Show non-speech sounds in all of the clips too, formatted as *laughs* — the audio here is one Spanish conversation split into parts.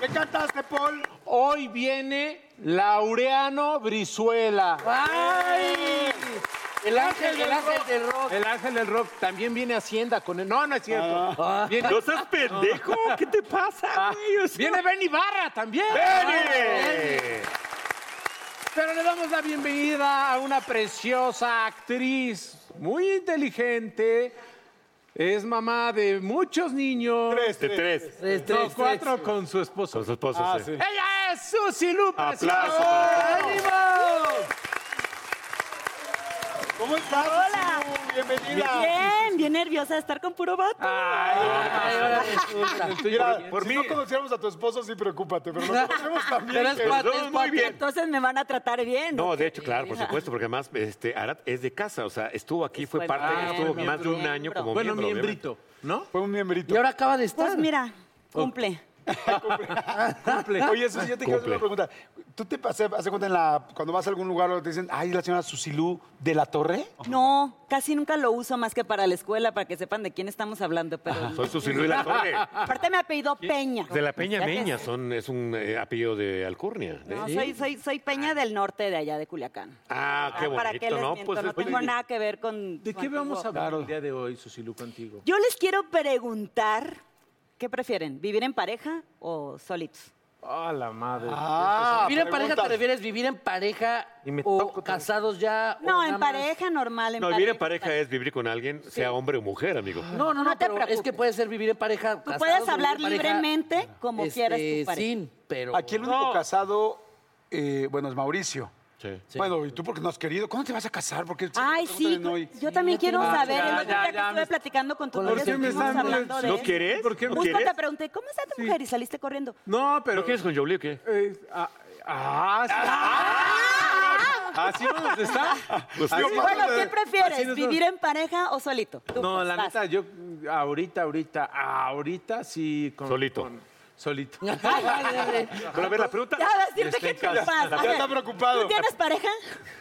¿Qué cantaste, Paul? Hoy viene Laureano Brizuela. ¡Ay! El ángel, del el ángel rock. del rock. El ángel del rock. También viene Hacienda con él. No, no es cierto. Ah. Viene, Ah. No seas pendejo, ¿qué te pasa, güey? O sea, viene Benny Barra también. Benny. Pero le damos la bienvenida a una preciosa actriz, muy inteligente. Es mamá de muchos niños. De tres. Tres, No, tres, cuatro tres. con su esposo. Con su esposo, Ah, sí. sí. Ella es Susi Lupes. Aplauso para ella. ¡Ánimo! ¿Cómo estás? Hola. Bienvenida. Bien, bien nerviosa de estar con puro vato. Ay, ahora resulta. Mira, Por si mí. no conociéramos a tu esposo, sí preocúpate, pero *laughs* nos conocemos también. Pero es que- cuate, Todo es muy bien. cuate. Entonces me van a tratar bien. No, ¿ok? de hecho, claro, por supuesto, porque además este, Arat es de casa, o sea, estuvo aquí, fue Fue parte, miembro. estuvo Ah, más de un miembro. año como Bueno, miembro. mi obviamente. hembrito, ¿no? Fue un miembrito. Y ahora acaba de estar. Pues mira, cumple. Oye, Susi, yo te quiero hacer una pregunta. ¿Tú te hace, hace cuenta en la, cuando vas a algún lugar o te dicen, ay, la señora Susilú de la Torre? No, casi nunca lo uso más que para la escuela, para que sepan de quién estamos hablando. Pero Soy Susi Luis La Torre. aparte me apellido Peña. De la Peña Ya que- Meña, son, es un eh, apellido de Alcurnia. de- Pues, No, soy, soy, soy Peña del norte de allá de Culiacán. Ah, qué ¿Para qué bonito, les ¿no? miento? Pues no es- oye, tengo nada que ver con. ¿De qué con- vamos a con- hablar el día de hoy, Susilu, contigo? Yo les quiero preguntar, ¿qué prefieren? ¿Vivir en pareja o solitos? ¡Ah, la madre! Ah, ¿Vivir en pareja te preguntas. refieres vivir en pareja Y me o toco también. casados ya? o No, nada en más? pareja normal. En No, pareja, vivir en pareja es vivir con alguien, sea hombre o mujer, amigo. No, no, no, No te pero es que preocupes. puede ser vivir en pareja. Tú casados puedes o hablar vivir en pareja, libremente como este, quieras tu pareja. Sin, pero... Aquí el único casado, eh, bueno, es Mauricio. Sí. Bueno, ¿y tú porque no has querido? ¿Cuándo te vas a casar? Porque siempre Ay, te sí, preguntan hoy. yo también quiero quiero saber. más. el otro Ya, día ya, que ya, estuve me- platicando con tu ¿Por novia, qué me estuvimos están- hablando de ¿No eso. quieres? ¿Por qué no Justo quieres? te pregunté, ¿cómo está tu mujer? Y saliste corriendo. No, pero... ¿No quieres con Jolie o qué? Eh, ah, ah, sí. Ah, Así vamos a estar. Pues Así sí, vamos Bueno, a- ¿qué así prefieres? nos ¿Vivir en pareja o solito? Tú, No, pues, la vas. neta, yo mm, ahorita, ahorita, ahorita sí... Con, Solito. con- solito. *laughs* pues, Pero a ver, la pregunta... Ya, decirte que te pasa. A Ya ver, está preocupado. ¿Tú tienes pareja?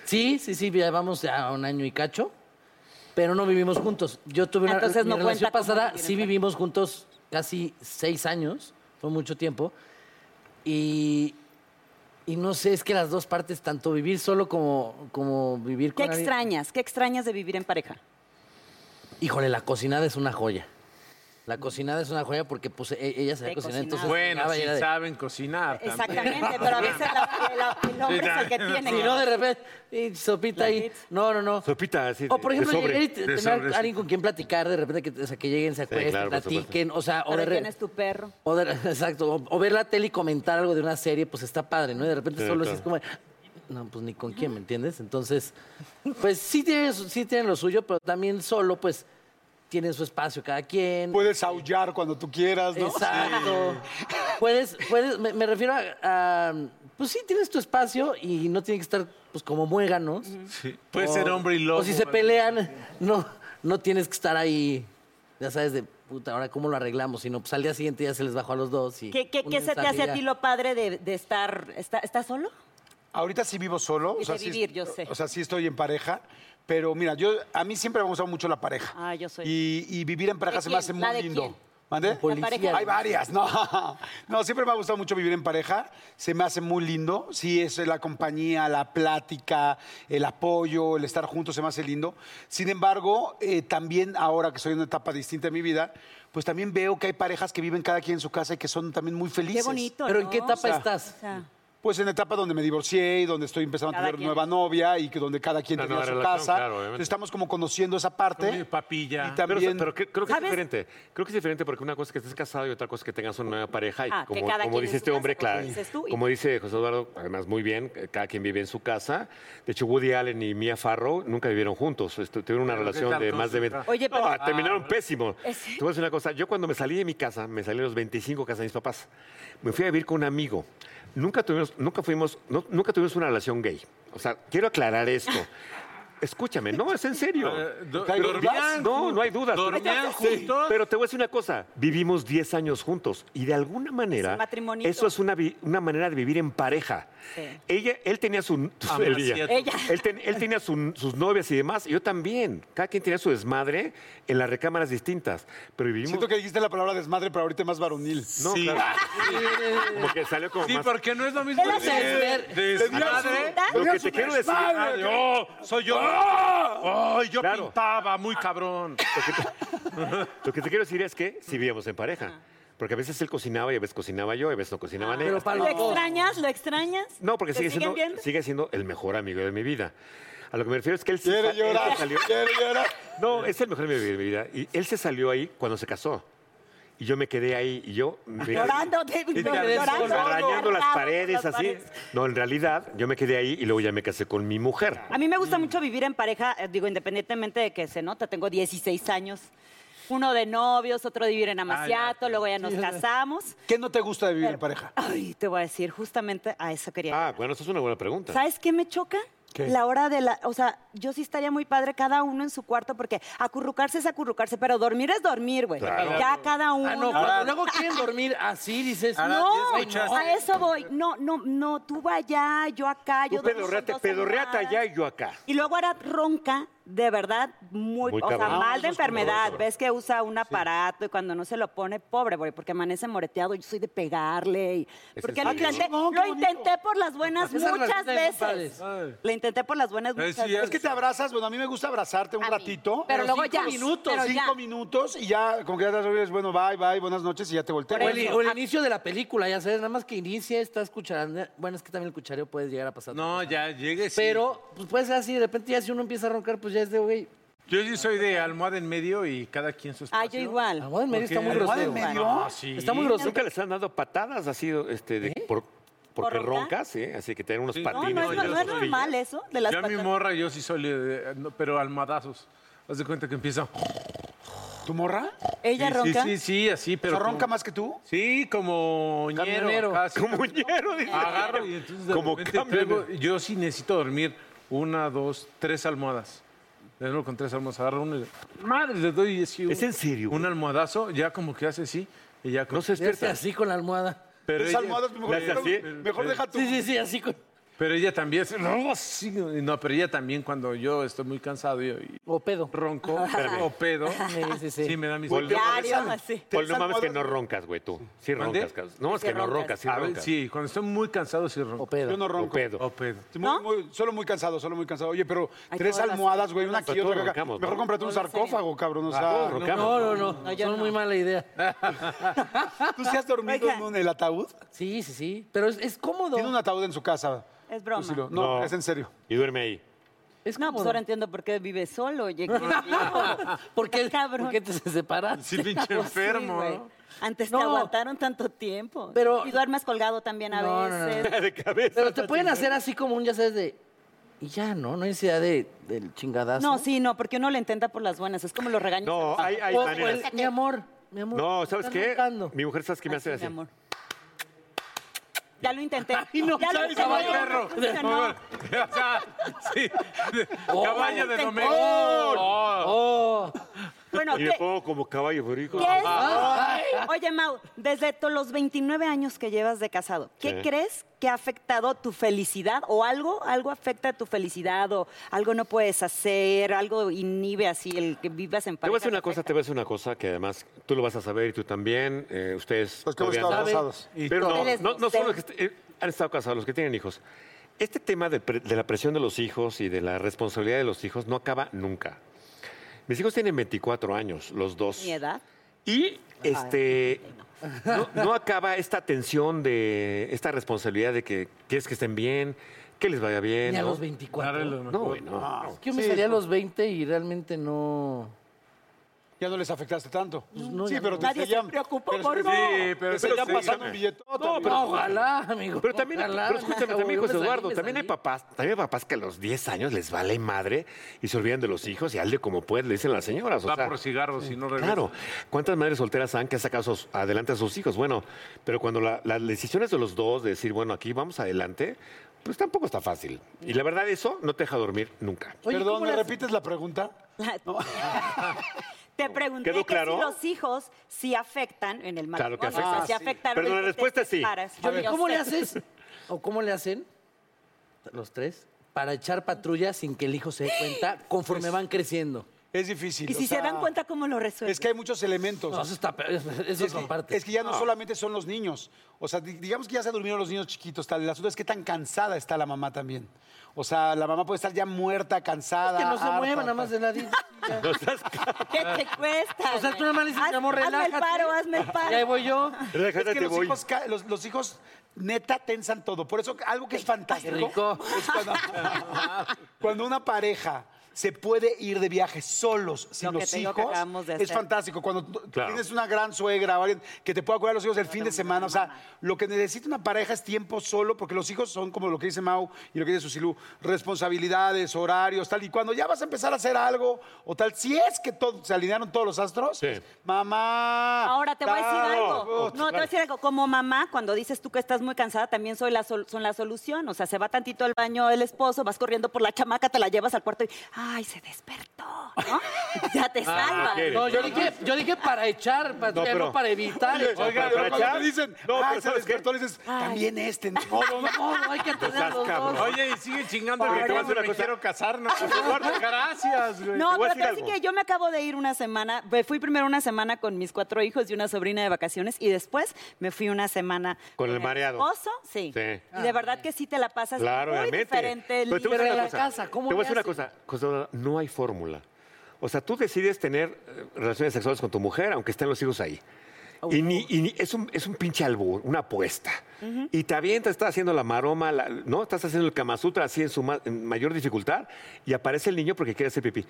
Sí, sí, sí, ya vamos a un año y cacho, pero no vivimos juntos. Yo tuve una Entonces mi no relación cuenta como pasada, vivir en sí pareja. vivimos juntos casi seis años, fue mucho tiempo, y, y no sé, es que las dos partes, tanto vivir solo como, como vivir ¿Qué con alguien- extrañas? ¿Qué extrañas de vivir en pareja? Híjole, la cocinada es una joya. La cocinada es una joya porque pues, e- ella Sí, sabía cocinar, cocinaba. entonces... Bueno, cocinaba y si era de- saben cocinar también. Exactamente, pero a veces la- la- el hombre es el que tiene. Si no, de repente, y sopita ahí. No, no, no. Sopita, así O, por de- de ejemplo, sobre. llegar y t- De tener sobre, sí. alguien con quien platicar, de repente, que, o sea, que lleguen, se acuesten, claro, por supuesto. platiquen, o sea, o de, Pero re- tienes tu perro. o de- *laughs* Exacto, o, o ver la tele y comentar algo de una serie, pues está padre, ¿no? Y de repente Sí, solo claro. así es como... No, pues ni con quién, ¿me entiendes? Entonces, pues sí tienen, su- sí tienen lo suyo, pero también solo, pues, tienen su espacio cada quien. Puedes aullar cuando tú quieras, ¿no? Exacto. Puedes, puedes, me, me refiero a, a, Pues sí, tienes tu espacio y no tiene que estar pues como muéganos. Puede O- ser hombre y lobo. O si se pelean, no, no tienes que estar ahí, ya sabes, de puta, ahora cómo lo arreglamos, sino pues al día siguiente ya se les bajó a los dos. Y ¿Qué, qué- un qué se te mensaje hace a ya. ti lo padre de, de estar... ¿Está- ¿Estás solo? Ahorita sí vivo solo. Y de sí- vivir, yo sé. O sea, sí estoy en pareja, Pero mira, yo a mí siempre me ha gustado mucho la pareja. Ah, yo soy- Y, y vivir en pareja ¿De se me quién? hace muy ¿La de lindo. quién? ¿Mandé? Policía. pareja. Hay varias, no. *laughs* No, siempre me ha gustado mucho vivir en pareja. Se me hace muy lindo. Sí, es la compañía, la plática, el apoyo, el estar juntos, se me hace lindo. Sin embargo, eh, también ahora que soy en una etapa distinta de mi vida, pues también veo que hay parejas que viven cada quien en su casa y que son también muy Qué felices. bonito, Pero ¿en ¿no? qué etapa O sea, estás? o sea, Pues en la etapa donde me divorcié y donde estoy empezando Cada a tener quien. nueva novia y que donde cada quien Una tenía su nueva relación, casa. claro, obviamente. Entonces, estamos como conociendo esa parte. Oye, papilla. Y Pero, también, pero que- creo que ¿Sabes? es diferente. Creo que es diferente porque una cosa es que estés casado y otra cosa es que tengas una nueva pareja. Y Ah, que como, cada como quien dice en su este hombre, casa, como claro. dices tú, y- Como dice José Eduardo, además muy bien, eh, cada quien vive en su casa. De hecho, Woody Allen y Mia Farrow nunca vivieron juntos. estu- Tuvieron una Pero qué relación tal de más de 20. Oye, No, pero- terminaron pésimo. *laughs* Es- Te voy a decir una cosa. Yo cuando me salí de mi casa, me salí a los 25 a casa de mis papás. Me fui a vivir con un amigo. Nunca tuvimos, nunca fuimos, no- nunca tuvimos una relación gay. O sea, quiero aclarar *laughs* esto. Escúchame, no, es en serio. Eh, do- Pero- ¿dormían No, juntos? no hay dudas. pero- ¿Dormían Sí, juntos? Pero te voy a decir una cosa. Vivimos 10 años juntos y de alguna manera un matrimonito. eso es una, vi- una manera de vivir en pareja. Sí. Ella, él tenía su... Ah, el no es día. cierto. Ella. Él, ten- él tenía su- sus novias y demás, y yo también. Cada quien tenía su desmadre en las recámaras distintas. Pero vivimos... Siento que dijiste la palabra desmadre, pero ahorita más varonil. No, Sí. claro. Como que salió como Sí, más... porque no es lo mismo Él hace de- desver- de- Pues desmadre. Lo Tenía que su te quiero decir... desmadre, ¡Ah! Ah, que- no. Oh, soy yo. Oh, yo Claro. pintaba muy cabrón. *laughs* Lo que te quiero decir es que sí vivíamos en pareja. Porque a veces él cocinaba y a veces cocinaba yo, y a veces no cocinaba nadie. Pero para Ah. ¿Lo los dos. extrañas? ¿Lo extrañas? No, porque ¿Te sigue siguen siendo, viendo? sigue siendo el mejor amigo de mi vida. A lo que me refiero es que él sí sa- Quiere él se llorar, salió- quiere llorar. No, es el mejor amigo de mi vida. Y él se salió ahí cuando se casó. Y yo me quedé ahí y yo... me- Llorando, David, Y- llorando. Arañando las Arrastrado paredes, las así. paredes. No, en realidad, yo me quedé ahí y luego ya me casé con mi mujer. A mí me gusta mucho vivir en pareja, eh, digo, independientemente de que se nota, tengo 16 años. Uno de novios, otro de vivir en Ah, Amaciato, luego ya nos casamos. *laughs* ¿Qué no te gusta de vivir en pareja? Ay, te voy a decir, justamente a eso quería. Ah, bueno, esa es una buena pregunta. ¿Sabes qué me choca? ¿Qué? La hora de la. O sea, yo sí estaría muy padre cada uno en su cuarto, porque acurrucarse es acurrucarse, pero dormir es dormir, güey. Claro. Ya cada uno. Ah, no, cuando luego quieren dormir así, dices. Ahora, No, ¿ya escuchaste? a eso voy. No, no, no, tú allá, yo acá, yo Tú dormimos en pedorreate, dos pedorreate almohadas. allá y yo acá. Y luego ahora ronca, de verdad, muy, Muy o sea, cabrón. mal de enfermedad. Ves que usa un aparato y cuando no se lo pone, pobre, güey, porque amanece moreteado. Yo soy de pegarle. Y, ¿Es porque en lo serio? intenté, No, qué lo bonito. intenté por las buenas Esas muchas recetas están veces. padres. Lo intenté por las buenas Ay, muchas sí, veces. es Es que te abrazas, bueno, a mí me gusta abrazarte un A mí. ratito. Pero luego cinco ya, minutos, pero cinco ya. minutos y ya, como que ya te olvides, bueno, bye, bye, buenas noches y ya te volteas. O el, o el Ah. inicio de la película, ya sabes, nada más que inicie, estás escuchando. Bueno, es que también el cuchareo puede llegar a pasar. No, ya llegué. sí. Pero, pues puede ser así, de repente ya si uno empieza a roncar, pues ya es de, güey. Yo sí soy de almohada en medio y cada quien su Ah, espacio. yo igual. La moda en medio Porque está muy la moda en grosero. medio- No, sí. Está muy grosero. ¿Eh? Nunca les han dado patadas así, este, de- por- porque ¿Por roncar? roncas, ¿sí? Así que tienen unos Sí. No, patines. no, es, y no es unas normal costillas. eso de las Yo a mi patas. morra, yo sí soy, de- no, pero almadazos. Haz de cuenta que empieza. ¿Tu morra? Ella sí, ronca. Sí, sí, sí, así, ¿Se pero. ronca como- más que tú? Sí, como ñero. Camionero. Ah, casi. Como ñero, dice. Agarro y entonces de Como repente cambio, traigo- Yo sí necesito dormir una, dos, tres almohadas. De nuevo con tres almohadas. Agarro una y... Madre, le doy así un- ¿Es en serio? Un almohadazo, ya como que hace así y ya... No se Ya está despierta. así con la almohada. Pero Tres ella, almohadas, mejor, ¿Las así? mejor deja tu... Sí, sí, sí, así con. pero ella también... hace, "No, sí", no, pero ella también cuando yo estoy muy cansado y, y O pedo. *laughs* ronco o pedo, Sí, sí, sí. sí me da mis... Diario, así. Paul, no mames que no almohadas. roncas, güey, tú. Sí ¿Mandé? roncas, cabrón. No, es Sí que no roncas. roncas, sí A ver, roncas. sí, cuando estoy muy cansado sí O ronco. pedo. Yo no O ronco. pedo. O pedo. Muy- muy- solo muy cansado, solo muy cansado. Oye, pero Ay, tres todas las- almohadas, güey, una aquí Pero otra todos acá. roncamos, ¿no? Ah, Mejor cómprate un Todos en sarcófago, cabrón, o sea... todos roncamos. No, no, no. yo Son *laughs* no. muy mala idea. ¿Tú sí has dormido Oiga. en *laughs* un- el ataúd? Sí, sí, sí. Pero es, es cómodo. Tiene un ataúd en su casa. Es pues broma. Lucilo. No, es en serio. Y duerme ahí. Es No, pues cómodo. ahora entiendo por qué vive solo. *laughs* Oye, qué rico. ¿Por qué, Está cabrón. ¿Por qué te se separas? Sí, pinche Pues *laughs* sí, enfermo. güey. ¿no? Antes te No. aguantaron tanto tiempo. Pero- y duermes colgado también a No, no, no. *laughs* veces. De cabeza. Pero te pueden hacer así como un, ya sabes, de... Y ya, ¿no? No hay necesidad de, del chingadazo. No, sí, no, porque uno le intenta por las buenas. Es como los regaños. Ah, No, hay, hay O- o el, maneras. mi amor, mi amor. No, me ¿sabes estás qué? roncando. Mi mujer, ¿sabes qué me Ay, hace sí, así? mi amor. Ya *laughs* lo intenté. Ay, no, ya lo ¿sabes? intenté. Caballo ya perro. lo intenté, no. O sea, sí. Caballo de Oh. Romeo. Oh, Bueno, bueno, Y me ¿qué, pongo como caballo Ah. brico. qué es? Ah. Oye, Mau, desde to- los 29 años que llevas de casado, ¿qué Sí. crees que ha afectado tu felicidad? ¿O algo? ¿Algo afecta a tu felicidad? ¿O algo no puedes hacer? ¿Algo inhibe así el que vivas en Te pareja? voy a decir una cosa, te voy a decir una cosa que además tú lo vas a saber y tú también, eh, ustedes. Los que hemos todavía estado no. casados. Y Pero no, Ustedes no, no no sé. solo los que est- eh, han estado casados, los que tienen hijos. Este tema de, pre- de la presión de los hijos y de la responsabilidad de los hijos no acaba nunca. Mis hijos tienen 24 años, los dos. ¿Mi edad? Y este no, no acaba esta tensión de esta responsabilidad de que quieres que estén bien, que les vaya bien. Ni a ¿no? los 24. No, güey, no. Ah, Es que yo me salía a los 20 y realmente no... Ya no les afectaste tanto. no, sí, ya pero no. te Nadie se seguían- preocupó pero te- por mí. Sí, pero te eso seguían sí, pasando un sí. billetote. No, amigo. pero- Ojalá, amigo. Pero también, ojalá, pero escúchame, hijo, también, yo me José salí, Eduardo, me también hay salí. papás, también hay papás que a los 10 años les vale madre y se olvidan de los hijos y hazle como puedes, le dicen las señoras. o Va sea, por cigarros y no regresa. Claro, ¿cuántas madres solteras han que han sacado sus- adelante a sus hijos? Bueno, pero cuando la- las decisiones de los dos de decir, bueno, aquí vamos adelante, pues tampoco está fácil. Y la verdad, eso no te deja dormir nunca. Oye, Perdón, ¿cómo ¿me las- repites la pregunta? La- *laughs* Te pregunté ¿Quedó que claro? si los hijos sí afectan en el Claro matrimonio. que afectan. si sí Ah, afectaron Pero y la que te respuesta es sí. separas. Yo dije, Yo ¿cómo sé. le haces? ¿O cómo le hacen los tres para echar patrulla sin que el hijo se dé *laughs* cuenta conforme van creciendo? Es difícil. Y o si se sea, dan cuenta cómo lo resuelven. Es que hay muchos elementos. No, eso está pe- eso es es, otra que, parte. es que ya no solamente son los niños. O sea, di- digamos que ya se durmieron los niños chiquitos. Tal. El asunto es que tan cansada está la mamá también. O sea, la mamá puede estar ya muerta, cansada. Que no se harta, muevan nada más tal. de nadie. *laughs* *laughs* ¿Qué te cuesta? O sea, güey? tú nada más le dices, Haz- mi amor, relájate. Hazme el paro, hazme *laughs* el Y ahí paro. voy yo. Es Déjate, que te los voy. hijos, ca- los, los hijos neta tensan todo. Por eso algo que es fantástico rico. es *laughs* cuando, cuando una pareja se puede ir de viaje solos sin Lo que los te digo que hijos. acabamos de Es hacer. fantástico. Cuando tú- Claro. tienes una gran suegra o alguien que te pueda cuidar a los hijos el fin de semana. O sea, lo que necesita una pareja es tiempo solo, porque los hijos son como lo que dice Mau y lo que dice Susilú, responsabilidades, horarios, tal. Y cuando ya vas a empezar a hacer algo o tal, si es que todo- se alinearon todos los astros, Sí. mamá. Ahora te voy a decir tal, algo. No, te voy a decir algo. Como mamá, cuando dices tú que estás muy cansada, también soy la sol- son la solución. O sea, se va tantito al baño el esposo, vas corriendo por la chamaca, te la llevas al cuarto y, ay, se despertó, ¿no? *laughs* ya te salva. ok. No, yo dije, yo dije para echar patrulla, No, pero- eh, no para evitar. Oye, Oiga, Para- luego para cuando echar. te dicen, No, ay, pero se ¿sabes qué? despertó, le dices, también este, ni modo, ¿no? No, no, hay que atender a seas los cabrón. dos. Oye, y sigue chingando el Porque te voy a teléfono, hacer una me cosa. quiero casar, no, por favor, gracias, güey. te No, voy a pero te voy a decir decir algo. que yo me acabo de ir una semana, me fui primero una semana con mis cuatro hijos y una sobrina de vacaciones y después me fui una semana Con el mareado. esposo, sí. Sí. Y de verdad que sí te la pasas Claro, muy obviamente. diferente. Pero te voy a Pero decir en una la cosa. casa, ¿cómo Te voy a le decir una haces? cosa, José Eduardo, no hay fórmula. O sea, tú decides tener eh, relaciones sexuales con tu mujer, aunque estén los hijos ahí. Y, ni- y ni- es, un, es un pinche albur, una apuesta. Y te avientas, estás haciendo la maroma, la- ¿no? Estás haciendo el Kama Sutra así en su ma- en mayor dificultad y aparece el niño porque quiere hacer pipí.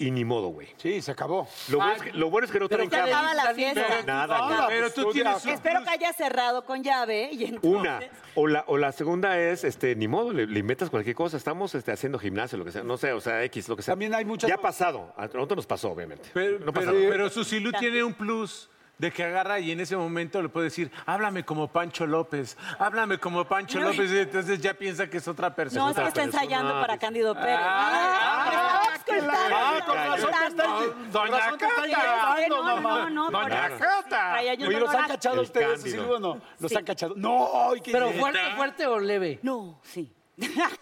Y ni modo, güey. Sí, se acabó. Lo, bueno es que- lo bueno es que no traen Ya cama. acaba la También, fiesta. pero nada, Acaba. nada. Pero tú Pues, tienes un Espero que plus. haya cerrado con llave y entonces... Una. O la, o la segunda es, este, ni modo, le, le inventas cualquier cosa. Estamos este, haciendo gimnasio, lo que sea. No sé, o sea, X, lo que sea. También hay muchas- Ya ha pasado. A nosotros nos pasó, obviamente. Pero, no pasa pero, nada. pero Susilu tiene un plus de que agarra y en ese momento le puede decir, háblame como Pancho López, háblame como Pancho No. López, y entonces ya piensa que es otra persona. No, es que está ensayando para Cándido Pérez. ah, Ah, me estabas Ah, contando, con razón te contando. está- con Doña razón te está Cata. Eh, llegando, No, mamá. no, no. por Doña eso. Cata. Traía yo un Oye, ¿los dolor han a- cachado El ustedes, Cándido. Cecilia, o no? ¿Los Sí. han cachado? ¡No! ay, qué Pero bien. fuerte, fuerte o leve. No, sí. *laughs*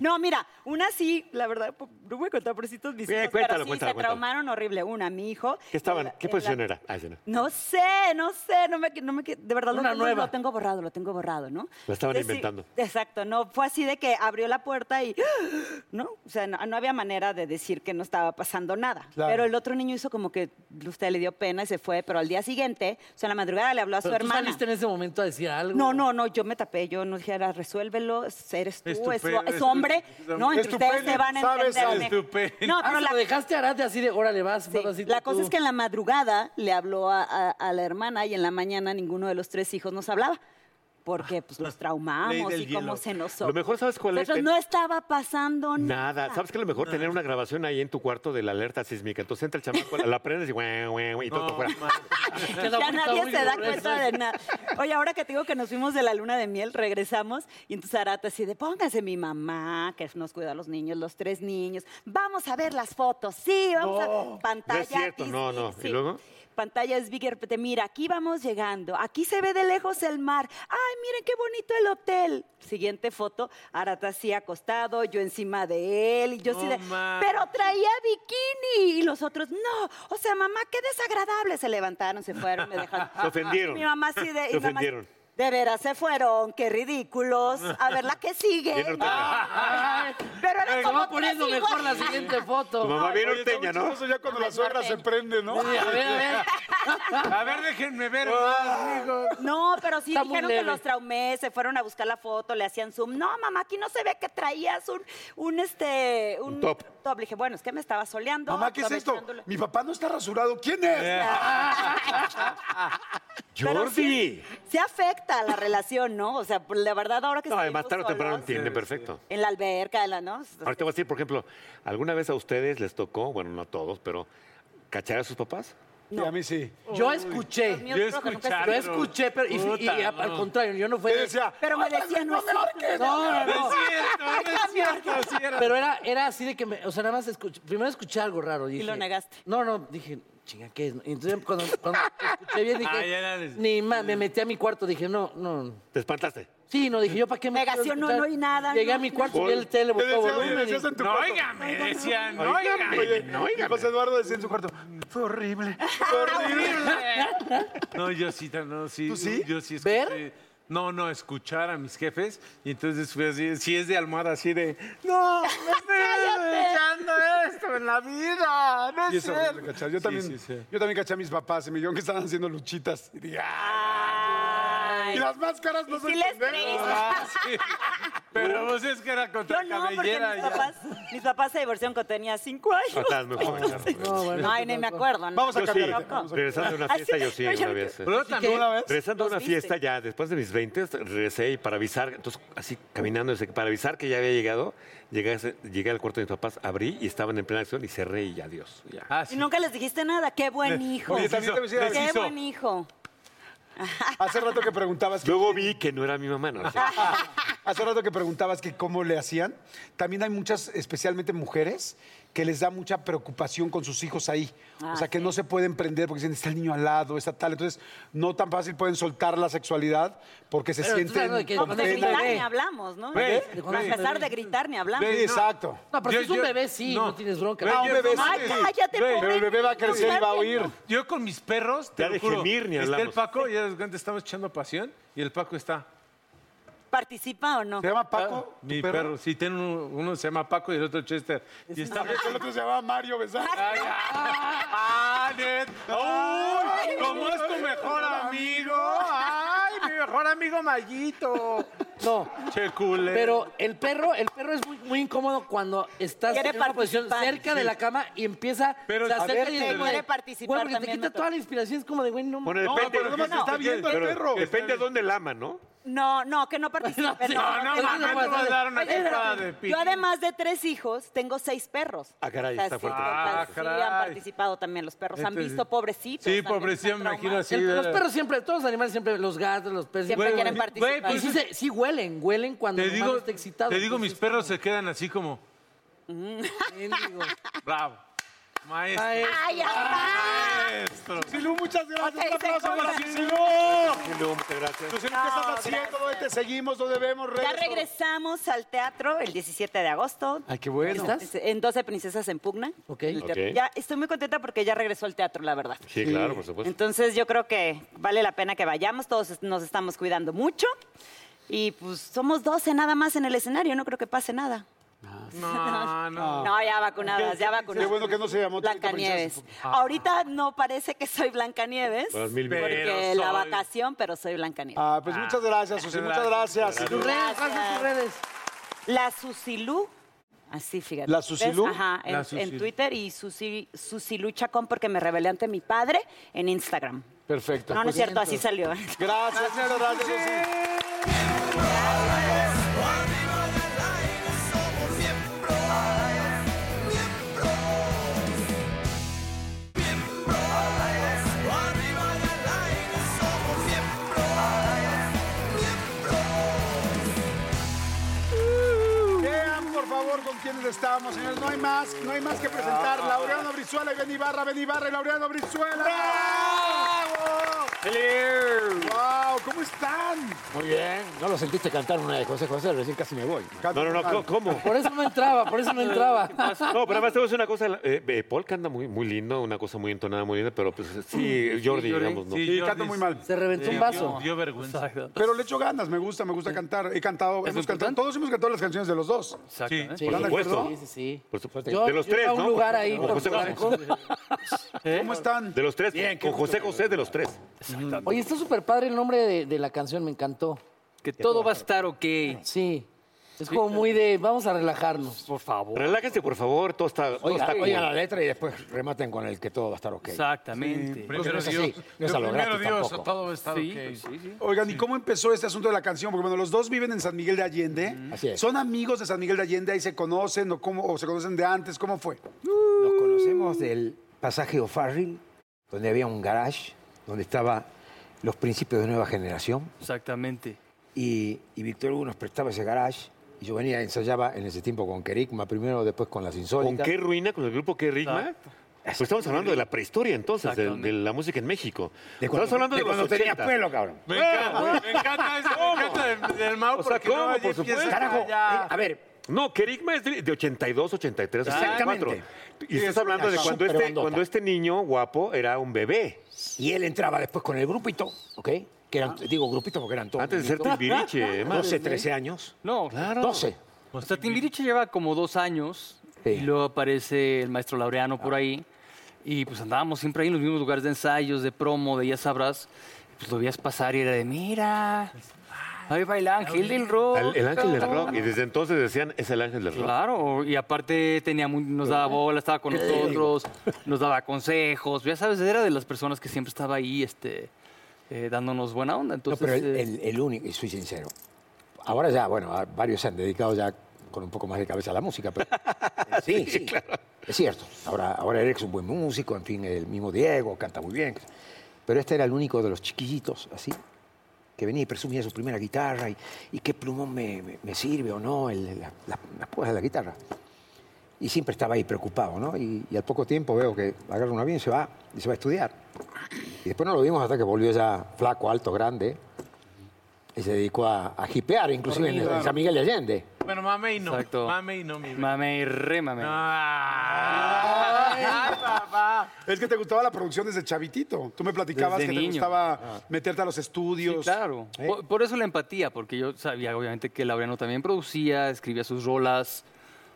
no, mira, una sí, la verdad, po- no voy a contar por citos mis Bien, hijos, cuéntalo, pero sí cuéntalo, se cuéntalo. traumaron horrible. Una, mi hijo. ¿Qué estaban? en la- ¿Qué en posición la- era? Ah, sí, no. No sé, no sé, no me, no me de verdad lo- Una lo, nueva. lo tengo borrado, lo tengo borrado, ¿no? La estaban Entonces, sí, inventando. exacto, no, fue así de que abrió la puerta y, *gasps* ¿no? O sea, no, no había manera de decir que no estaba pasando nada. Claro. Pero el otro niño hizo como que usted le dio pena y se fue, pero al día siguiente, o sea, en la madrugada le habló a su Pero tú hermana. saliste en ese momento a decir algo. No, no, no, yo me tapé, yo no dije, "Ara, resuélvelo, eres tú, Es es, tu es pe- es tu- hombre, es ¿no? tu Entre ustedes pene, se van a ¿sabes? entender. Es tu pene. No, Ah, pero se la, lo dejaste a Arate así de, órale, vas, sí, papacito, la cosa tú. es que en la madrugada le habló a, a- a la hermana y en la mañana ninguno de los tres hijos nos hablaba. porque pues los traumamos del y cómo hielo. se nos... Lo mejor, ¿sabes cuál es? Nosotros no estaba pasando Nada. ¿Sabes qué? Lo mejor tener una grabación ahí en tu cuarto de la alerta sísmica. Entonces entra el chamaco, la prendes y güey, güey, güey, y todo para afuera. Ya nadie se da cuenta de nada. Oye, ahora que te digo que nos fuimos de la luna de miel, regresamos y entonces Arata así de pónganse mi mamá, que nos cuida a los niños, los tres niños. Vamos a ver las fotos, sí, vamos a pantalla. No es cierto, is no, no. big, ¿Y sí. luego? Pantalla es bigger, te mira, aquí vamos llegando, aquí se ve de lejos el mar. Ay, miren qué bonito el hotel. Siguiente foto, Arata así acostado, yo encima de él y yo así de, pero traía bikini y los otros no. O sea, mamá, qué desagradable. Se levantaron, se fueron, me dejaron. *laughs* Se ofendieron. Mi mamá sí de. y Se nada más, ofendieron. de veras se fueron, qué ridículos. A ver la *laughs* que sigue. Bien hortera. *laughs* Pero era Venga, como va poniendo tres mejor la iguales. *laughs* siguiente Tu foto. mamá bien Oye, está orteña, muy ¿no? chistoso ya cuando la suegra se prende, ¿no? Sí, a ver, a ver. *laughs* A ver, déjenme ver. Ah. más, amigos. No, pero sí Está muy dijeron que leve. los traumé, se fueron a buscar la foto, le hacían zoom. No, mamá, aquí no se ve que traías un, un este, un, top. Le dije, bueno, es que me estaba soleando. Mamá, ¿qué es esto? aprovechándole. Mi papá no está rasurado. ¿Quién *laughs* es? *laughs* Pero ¡Jordi! sí, sí afecta a la relación, ¿no? O sea, por- la verdad ahora que No, estuvimos además eh, tarde o temprano solos, entiende, perfecto. En la alberca, en la, ¿no? Ahorita voy a decir, por ejemplo, ¿alguna vez a ustedes les tocó, bueno, no a todos, pero cachar a sus papás? Sí, a mí sí. Yo escuché. míos creo que nunca Yo escuché, pero y, y- y al contrario, yo no fue. Te decía, Pero me decían, no, es cierto". No, no, no. Es cierto, es cierto. Pero era, era así de que, me- o sea, nada más escuché, primero escuché algo raro. Dije, lo negaste. No, no, dije, chinga, ¿qué es? Y entonces cuando, cuando escuché bien dije, Ah, ya era de- ni más, me metí a mi cuarto, dije, no, no. ¿Te espantaste? Sí, no, dije, yo para qué me quiero Negación, no, escuchar? no hay nada, Llegué a no. mi cuarto, vi Oye, el te tele, botó decía, te volumen. decías y- en tu No, cuarto. oiga, me decían, no, Oye, oigan. José Eduardo decía en su cuarto, fue horrible, fue horrible. *laughs* No, yo sí, no, sí. ¿Tú sí? Yo sí escuché. ¿Ver? No, no, escuchar a mis jefes. Y entonces fue así, si es de almohada, así de, no, me estoy echando esto en la vida. No Y es eso me cierto. lo cachaba. Yo, Sí, también, sí, sí. yo también caché a mis papás y me dijeron que estaban haciendo luchitas. Y dije, "Ah". Ay. Y las máscaras no Y son sí les pendejos. crees. Ah, sí. Pero pues es que era Yo contra no, porque cabellera. mis ya. papás, mis papás se divorciaron cuando tenía cinco No, años. estabas muy joven, *laughs* claro. No, bueno, Ay, ni me acuerdo. ¿no? Vamos a Yo sí, cambiar. vamos a cambiar. regresando de una fiesta, yo sí, Así- una vez. eh. Pero también ¿Una vez? Regresando a Los una viste. fiesta ya, después de mis 20, regresé y para avisar, entonces así caminando, desde que- para avisar que ya había llegado, llegué, a ese- llegué al cuarto de mis papás, abrí y estaban en plena acción y cerré y adiós. Ya. Ah, Y sí. nunca les dijiste nada. Qué buen hijo. Oye, también te voy a decir Qué algo. hizo. buen hijo. *laughs* Hace rato que preguntabas que Luego vi que no era mi mamá, no, o sea, Hace rato que preguntabas que cómo le hacían. También hay muchas, especialmente mujeres, que les da mucha preocupación con sus hijos ahí. o sea, que no se pueden prender porque dicen, está el niño al lado, está tal. Entonces, no tan fácil pueden soltar la sexualidad porque se Pero tú sienten... sabes que- con No, pues de Ven, pena. gritar ven. ni hablamos, ¿no? Ven, Para ven. empezar, de gritar ni hablamos. Sí, exacto. No, pero Yo- si es un yo- bebé, sí, no, no. tienes bronca. Ve, Ah, un yo- bebé Ay, sí. cállate, Ven. Pero el bebé va a crecer y va a oír. Yo con mis perros, te Ya lo de juro, gemir ni está el hablamos. Paco, ya de repente estamos echando pasión y el Paco está. Ah, ¿Participa o no? ¿Se llama Paco? tu Mi perro, sí, tiene uno, uno se llama Paco y el otro Chester. Y está. El otro se llama Mario Besar. Ay, ¡Ah, Ned! ¡Uy! ¿Cómo es tu mejor amigo? ¡Ay, mi mejor amigo Mayito! No, Che culero. pero el perro, el perro es muy, muy incómodo cuando estás Quiere en una posición participar. cerca de la cama y empieza Pero, se a acerca ver, y te es como de, quiere participar güey, porque te también, quita no te- toda la inspiración, es como de, güey, no. bueno, No, depende, pero nomás está viendo el pero perro. depende de dónde la ama, ¿no? No, no, que no participe. No, no, Eso mamá, no no puede vas a ser. dar una Oye, chupada espérate, de pito. Yo además de tres hijos, tengo seis perros. Ah, caray, O sea, está sí, fuerte. con- Ah, sí, caray. han participado también los perros. Han Entonces- visto pobrecitos. Sí, también, pobrecito, están me imagino traumados. así. El- de- los perros siempre, todos los animales siempre, los gatos, los perros Siempre Güey, quieren güey, participar. pues, Y sí, se- sí huelen, huelen cuando Te el humano digo, está excitado. Mm. te digo, mis Entonces, perros se quedan así como. mendigo. Bravo. Maestro. Ay, ¡Ay, ya Maestro. Silú, muchas gracias. Ok, Un aplauso se para corta. Silú. muchas gracias. Tú, Silú, ¿qué estás haciendo? ¿Dónde te seguimos? ¿Dónde vemos? está! Ya Redes, regresamos al teatro el 17 de agosto. Este, Ay, Ah, qué bueno. ¿Estás? En 12 Princesas en Pugna. Ok. El teatro. Ok. Ya, estoy muy contenta porque ya regresó al teatro, la verdad. Sí, claro, por supuesto. Entonces yo creo que vale la pena que vayamos, todos est- nos estamos cuidando mucho y pues somos 12 nada más en el escenario, no creo que pase nada. No, Ah. no. No, ya vacunadas, ya vacunadas. Qué bueno que no se llamó Blancanieves. Ahorita no parece que soy Blancanieves Buenas mil veces. porque Pero la soy- vacación, pero soy Blancanieves. Ah, pues muchas gracias, Susi, muchas gracias. Tus redes, Gracias. ¿cuáles son tus redes? La Susilú. Así, fíjate. ¿La ¿Ves? Susilú? Ajá, en, La en Susilú. Twitter y Susi, Susilú Chacón porque me rebelé ante mi padre en Instagram. Perfecto. Pues, No, no es cierto, así salió. Gracias, muchas gracias. José. Vean, por favor, con quiénes estamos, señores. No hay más, no hay más que presentar. Laureano Brizuela y Benny Barra, Benny Barra y Laureano Brizuela. ¡Bravo! ¡Wow! ¿Cómo están? Muy bien. No lo sentiste cantar una de José José, recién casi me voy. No, no, no, ¿cómo? Por eso no entraba, por eso no entraba. No, pero además tenemos una cosa. eh, eh, Paul canta muy, muy lindo, una cosa muy entonada, muy linda, pero pues sí, Jordi, digamos, ¿no? Y canto muy mal. Se reventó un vaso. Dio vergüenza. Pero le echo ganas, me gusta, me gusta cantar. He cantado, hemos cantado, todos hemos cantado las canciones de los dos. Sí. Sí, Por supuesto. sí, sí, sí. Por supuesto. Yo- de los yo tres, iba a ¿no? un lugar ahí Con por José José. ¿Eh? Polanco. ¿Eh? ¿Cómo están? De los tres, con José José, de los tres. Oye, está súper padre el nombre de, de la canción, me encantó. Que todo va a estar ok. Sí. Es como muy de, vamos a relajarnos. Por favor. Relájense, por favor, todo está. todo está Oigan, como- oigan la letra y después rematen con el que todo va a estar ok. Exactamente. Porque no es así, no es a lo gratis tampoco. todo está Oigan, ¿y cómo empezó este asunto de la canción? Porque bueno, los dos viven en San Miguel de Allende. Así es. ¿Son amigos de San Miguel de Allende? ¿Ahí se conocen o, cómo, o se conocen de antes? ¿Cómo fue? Nos conocemos del pasaje O'Farrill, donde había un garage, donde estaban los principios de nueva generación. Exactamente. Y, y Víctor Hugo nos prestaba ese garage. Y yo venía, ensayaba en ese tiempo con Kerigma, primero, después con las ¿Con insólitas. qué ruina? ¿Con el grupo qué rigma? Pues estamos hablando de la prehistoria entonces, de, de la música en México. De cuando, estamos hablando de, de cuando los tenía 80. pelo, cabrón. Me encanta, me encanta eso, me encanta del, del Mau O sea, porque luego ¿cómo? allí Por empieza supuesto. Carajo, eh, ya- a ver, No, Kerigma es de, de 82, 83, Exactamente. 84. Y estás hablando de una cuando este, superbandota. cuando este niño guapo era un bebé, y él entraba después con el grupito, ¿ok? Que eran, digo grupito porque eran todos. Ah. antes de ser niñitos. Ah, timbiriche. ¿eh? Emma. 12, 13 años. No, claro. 12. O sea, Timbiriche lleva como dos años Sí. Ah. y luego aparece el maestro Laureano por ahí. Y pues andábamos siempre ahí en los mismos lugares de ensayos, de promo, de ya sabrás. Pues lo veías pasar y era de, mira, ahí va el ángel del rock. Al- el ángel del cabrón". rock. Y desde entonces decían, es el ángel del rock. Claro, y aparte tenía muy- nos daba bola, estaba con nosotros, *laughs* nos daba consejos. Ya sabes, era de las personas que siempre estaba ahí este, eh, dándonos buena onda. No, Entonces, pero el, eh, el- el único, y soy sincero, ahora ya, bueno, a- varios se han dedicado ya con un poco más de cabeza a la música, *laughs* pero sí, sí, es cierto. Ahora, ahora Eric es un buen músico, en fin, el mismo Diego canta muy bien, pero este era el único de los chiquillitos, así, que venía y presumía su primera guitarra y, y qué plumón me, me- me sirve o no, el- la- la- las púas de la guitarra. Y siempre estaba ahí preocupado, ¿no? Y, y al poco tiempo veo que agarra un avión y se va, y se va a estudiar. Y después no lo vimos hasta que volvió ya flaco, alto, grande. Y se dedicó a, a hipear, inclusive en, en San Miguel de Allende. Bueno, mame y no. Exacto. Mame y no, mi bebé. mame y remame. Ah. Ay, papá. Es que te gustaba la producción desde chavitito. Tú me platicabas Desde que te niño. Ah. gustaba meterte a los Sí, estudios. claro. Por, por eso la empatía, porque yo sabía obviamente que Laureano también producía, escribía sus rolas,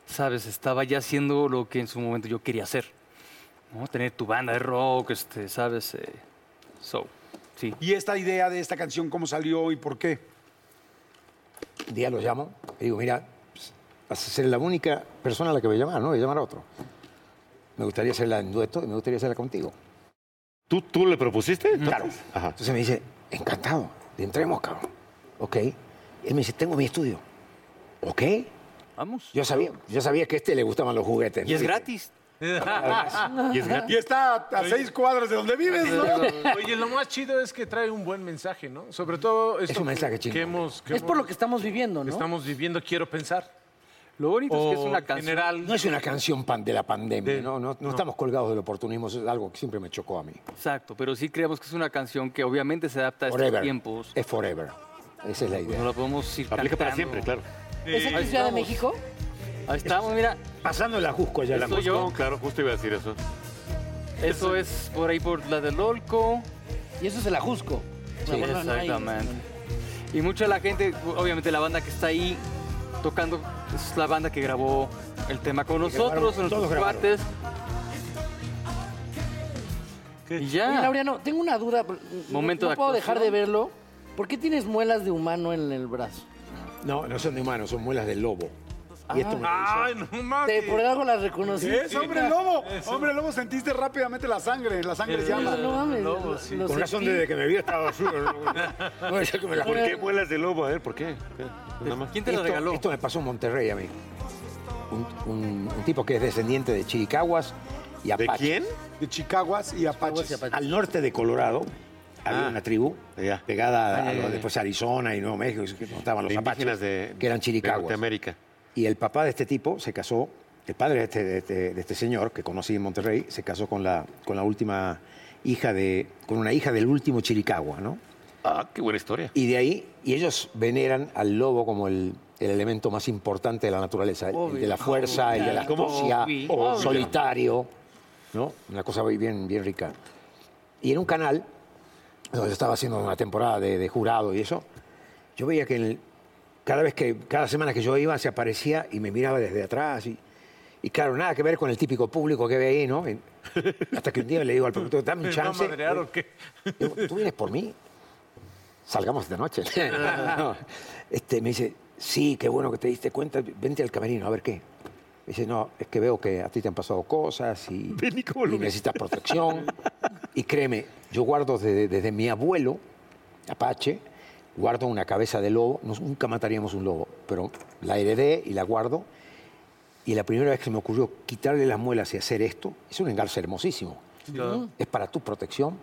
sabes, estaba ya haciendo lo que en su momento yo quería hacer. ¿no? Tener tu banda de rock, este, sabes, eh, so, sí. ¿Y esta idea de esta canción cómo salió y por qué? Un día lo llamo y digo, mira, pues, vas a ser la única persona a la que voy a llamar, ¿no? Voy a llamar a otro. Me gustaría hacerla en dueto y me gustaría hacerla contigo. ¿Tú, ¿Tú le propusiste? Claro. Ajá. Entonces me dice, encantado, entremos, cabrón. Ok. Y él me dice, tengo mi estudio. Ok. Vamos. Yo sabía, yo sabía que a este le gustaban los juguetes. Y ¿no? *laughs* es gratis. Y es gratis. Y está a, a seis cuadras de donde vives, ¿no? *laughs* Oye, lo más chido es que trae un buen mensaje, ¿no? Sobre todo esto Es un mensaje que- chingón. que hemos que Es por hemos- lo que estamos viviendo, que ¿no? estamos viviendo, quiero pensar. Lo bonito es que es O una canción. general. No es una canción pan de la pandemia, De- ¿no? No, no estamos colgados del oportunismo, eso es algo que siempre me chocó a mí. Exacto, pero sí creemos que es una canción que obviamente se adapta a este estos Forever. tiempos. Es forever. Esa es la No idea. la podemos ir Aplica para cantando. siempre, claro. ¿Es aquí en Ciudad de México? *laughs* Ahí estamos, mira, Pasando el ajusco ya. El soy yo. Ajusco, claro, justo iba a decir eso. eso es por ahí por la del Olco. Y eso es el ajusco. Sí, exactamente. Y mucha la gente, obviamente la banda que está ahí tocando, es la banda que grabó el tema con nosotros, grabaron, nuestros todos grabaron. cuates. Y Oye, ya. Laureano, tengo una duda. pero no- Momento no de puedo actuación. dejar de verlo. ¿Por qué tienes muelas de humano en el brazo? No, no son de humanos, son muelas del lobo. Y esto me Ah. lo hizo. Ay, no mames. Te- por algo la reconocí. Es hombre lobo. Hombre lobo, sentiste rápidamente la sangre. La sangre llama. No mames. lo- lo Con razón sentí. desde que me vi estaba azul. No, no, que me la ¿Por qué vuelas de lobo? A ver, ¿por qué? ¿Qué? Nada más. ¿Quién te la Esto- regaló? Esto me pasó en Monterrey a mí. Un, un- un tipo que es descendiente de Chiricahuas y ¿De Apaches. quién? De Chicaguas y Apaches. Al norte de Colorado había Ah, una tribu ya. pegada a, Ah, ya, lo- ya, ya. después Arizona y Nuevo México, que estaban los De apaches, indígenas de, que eran de Chiricahuas. Norteamérica. Y el papá de este tipo se casó, el padre de este, de este- de este señor que conocí en Monterrey, se casó con la, con la última hija de, con una hija del último Chiricahua, ¿no? Ah, qué buena historia. Y de ahí, y ellos veneran al lobo como el, el elemento más importante de la naturaleza, el- el de la fuerza, el de la Como- astucia, Obvio. solitario, ¿no? Una cosa bien, bien rica. Y en un canal, donde yo estaba haciendo una temporada de, de jurado y eso, yo veía que en el- cada vez que, cada semana que yo iba, se aparecía y me miraba desde atrás y... y claro, nada que ver con el típico público que ve ahí, ¿no? En- hasta que un día le digo al productor, *laughs* dame un ¿Me va a chance. madrear o qué? Digo, ¿tú vienes por mí? Salgamos de *laughs* noche. No. Este, me dice, sí, qué bueno que te diste cuenta, vente al camerino, a ver qué. Me dice, no, es que veo que a ti te han pasado cosas y, Vení como lo y ves. necesitas protección. y créeme, yo guardo desde, desde mi abuelo, Apache, guardo una cabeza de lobo, Nos- nunca mataríamos un lobo, pero la heredé y la guardo. Y la primera vez que se me ocurrió quitarle las muelas y hacer esto, es un engarce hermosísimo. Es para tu protección.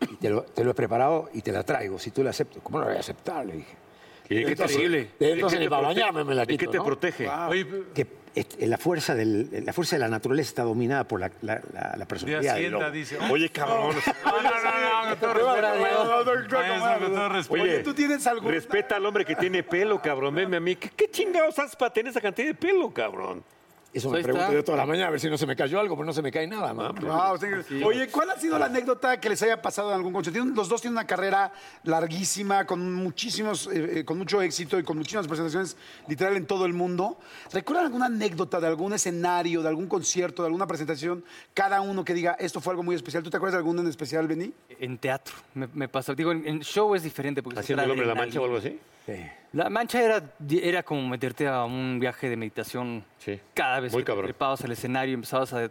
Y te lo, te lo he preparado y te la traigo. Si tú la aceptas, ¿cómo no la voy a aceptar? Le dije. ¿Y de qué te- Increíble. de Entonces, qué te para protege? bañarme me la ¿De qué quito, te ¿no? protege? Oye, pero- Que este, la fuerza, del- la fuerza de la naturaleza está dominada por la, la- la- la de personalidad. del Hacienda, lobo. dice. Oye, cabrón. No, no, no, no, con todo respeto, maestro, con todo respeto. Oye, ¿tú tienes algún- Respeta al hombre que tiene pelo, cabrón. Venme a mí. ¿Qué, qué chingados haces para tener esa cantidad de pelo, cabrón? *laughs* Eso me Ahí pregunto está. yo toda la mañana a ver si no se me cayó algo, pero no se me cae nada. Ah, man. Wow, está increíble. Oye, ¿cuál ha sido la anécdota que les haya pasado en algún concierto? Tienen- Los dos tienen una carrera larguísima, con muchísimos, eh, eh, con mucho éxito y con muchísimas presentaciones literal en todo el mundo. ¿Recuerdan alguna anécdota de algún escenario, de algún concierto, de alguna presentación? Cada uno que diga, esto fue algo muy especial. ¿Tú te acuerdas de alguna en especial, Beni? En teatro me, me pasa. Digo, en, en show es diferente. Porque es ¿Haciendo el otra hombre de la mancha o algo así? La mancha era, era como meterte a un viaje de meditación. Sí. Cada vez Muy que te cabrón. trepabas al escenario empezabas a,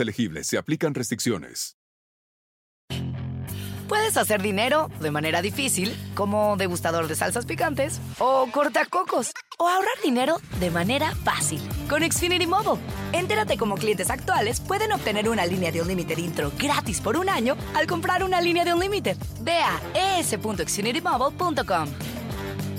elegibles se aplican restricciones. Puedes hacer dinero de manera difícil, como degustador de salsas picantes o cortacocos, o ahorrar dinero de manera fácil con Xfinity Mobile. Entérate cómo clientes actuales pueden obtener una línea de un límite intro gratis por un año al comprar una línea de un límite. Ve a es.xfinitymobile.com.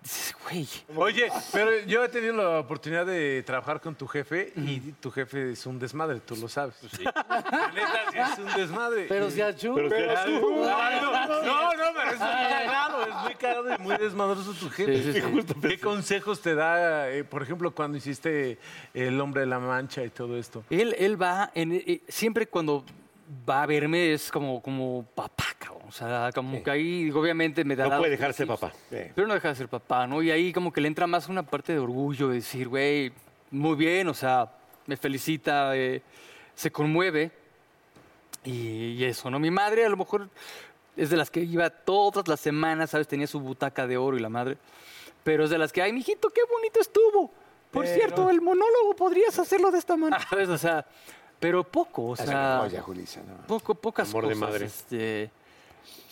Dices, Güey, Oye, pero yo he tenido la oportunidad de trabajar con tu jefe y tu jefe es un desmadre, tú lo sabes. La neta, sí es un desmadre. Pero Y- si a Chu. Ay, no, no, no, pero es muy cagado, es muy cagado y muy desmadroso tu jefe. Sí, sí, sí. ¿Qué consejos te da, eh, por ejemplo, cuando hiciste El Hombre de la Mancha y todo esto? él, él va, en, eh, siempre cuando va a verme es como, como papá, cabrón. O sea, como que ahí, digo, obviamente me da. No la- puede dejarse papá. Pero no deja de ser papá, ¿no? Y ahí como que le entra más una parte de orgullo, de decir, güey, muy bien, o sea, me felicita, eh, se conmueve. Y, y eso, ¿no? Mi madre a lo mejor es de las que iba todas las semanas, ¿sabes? Tenía su butaca de oro y la madre. Pero es de las que, ay, mijito, qué bonito estuvo. Por cierto, el monólogo podrías hacerlo de esta manera. *laughs* ¿Sabes? O sea, pero poco, o sea Oye, Julisa, no. poco, pocas Amor de cosas. madre. este,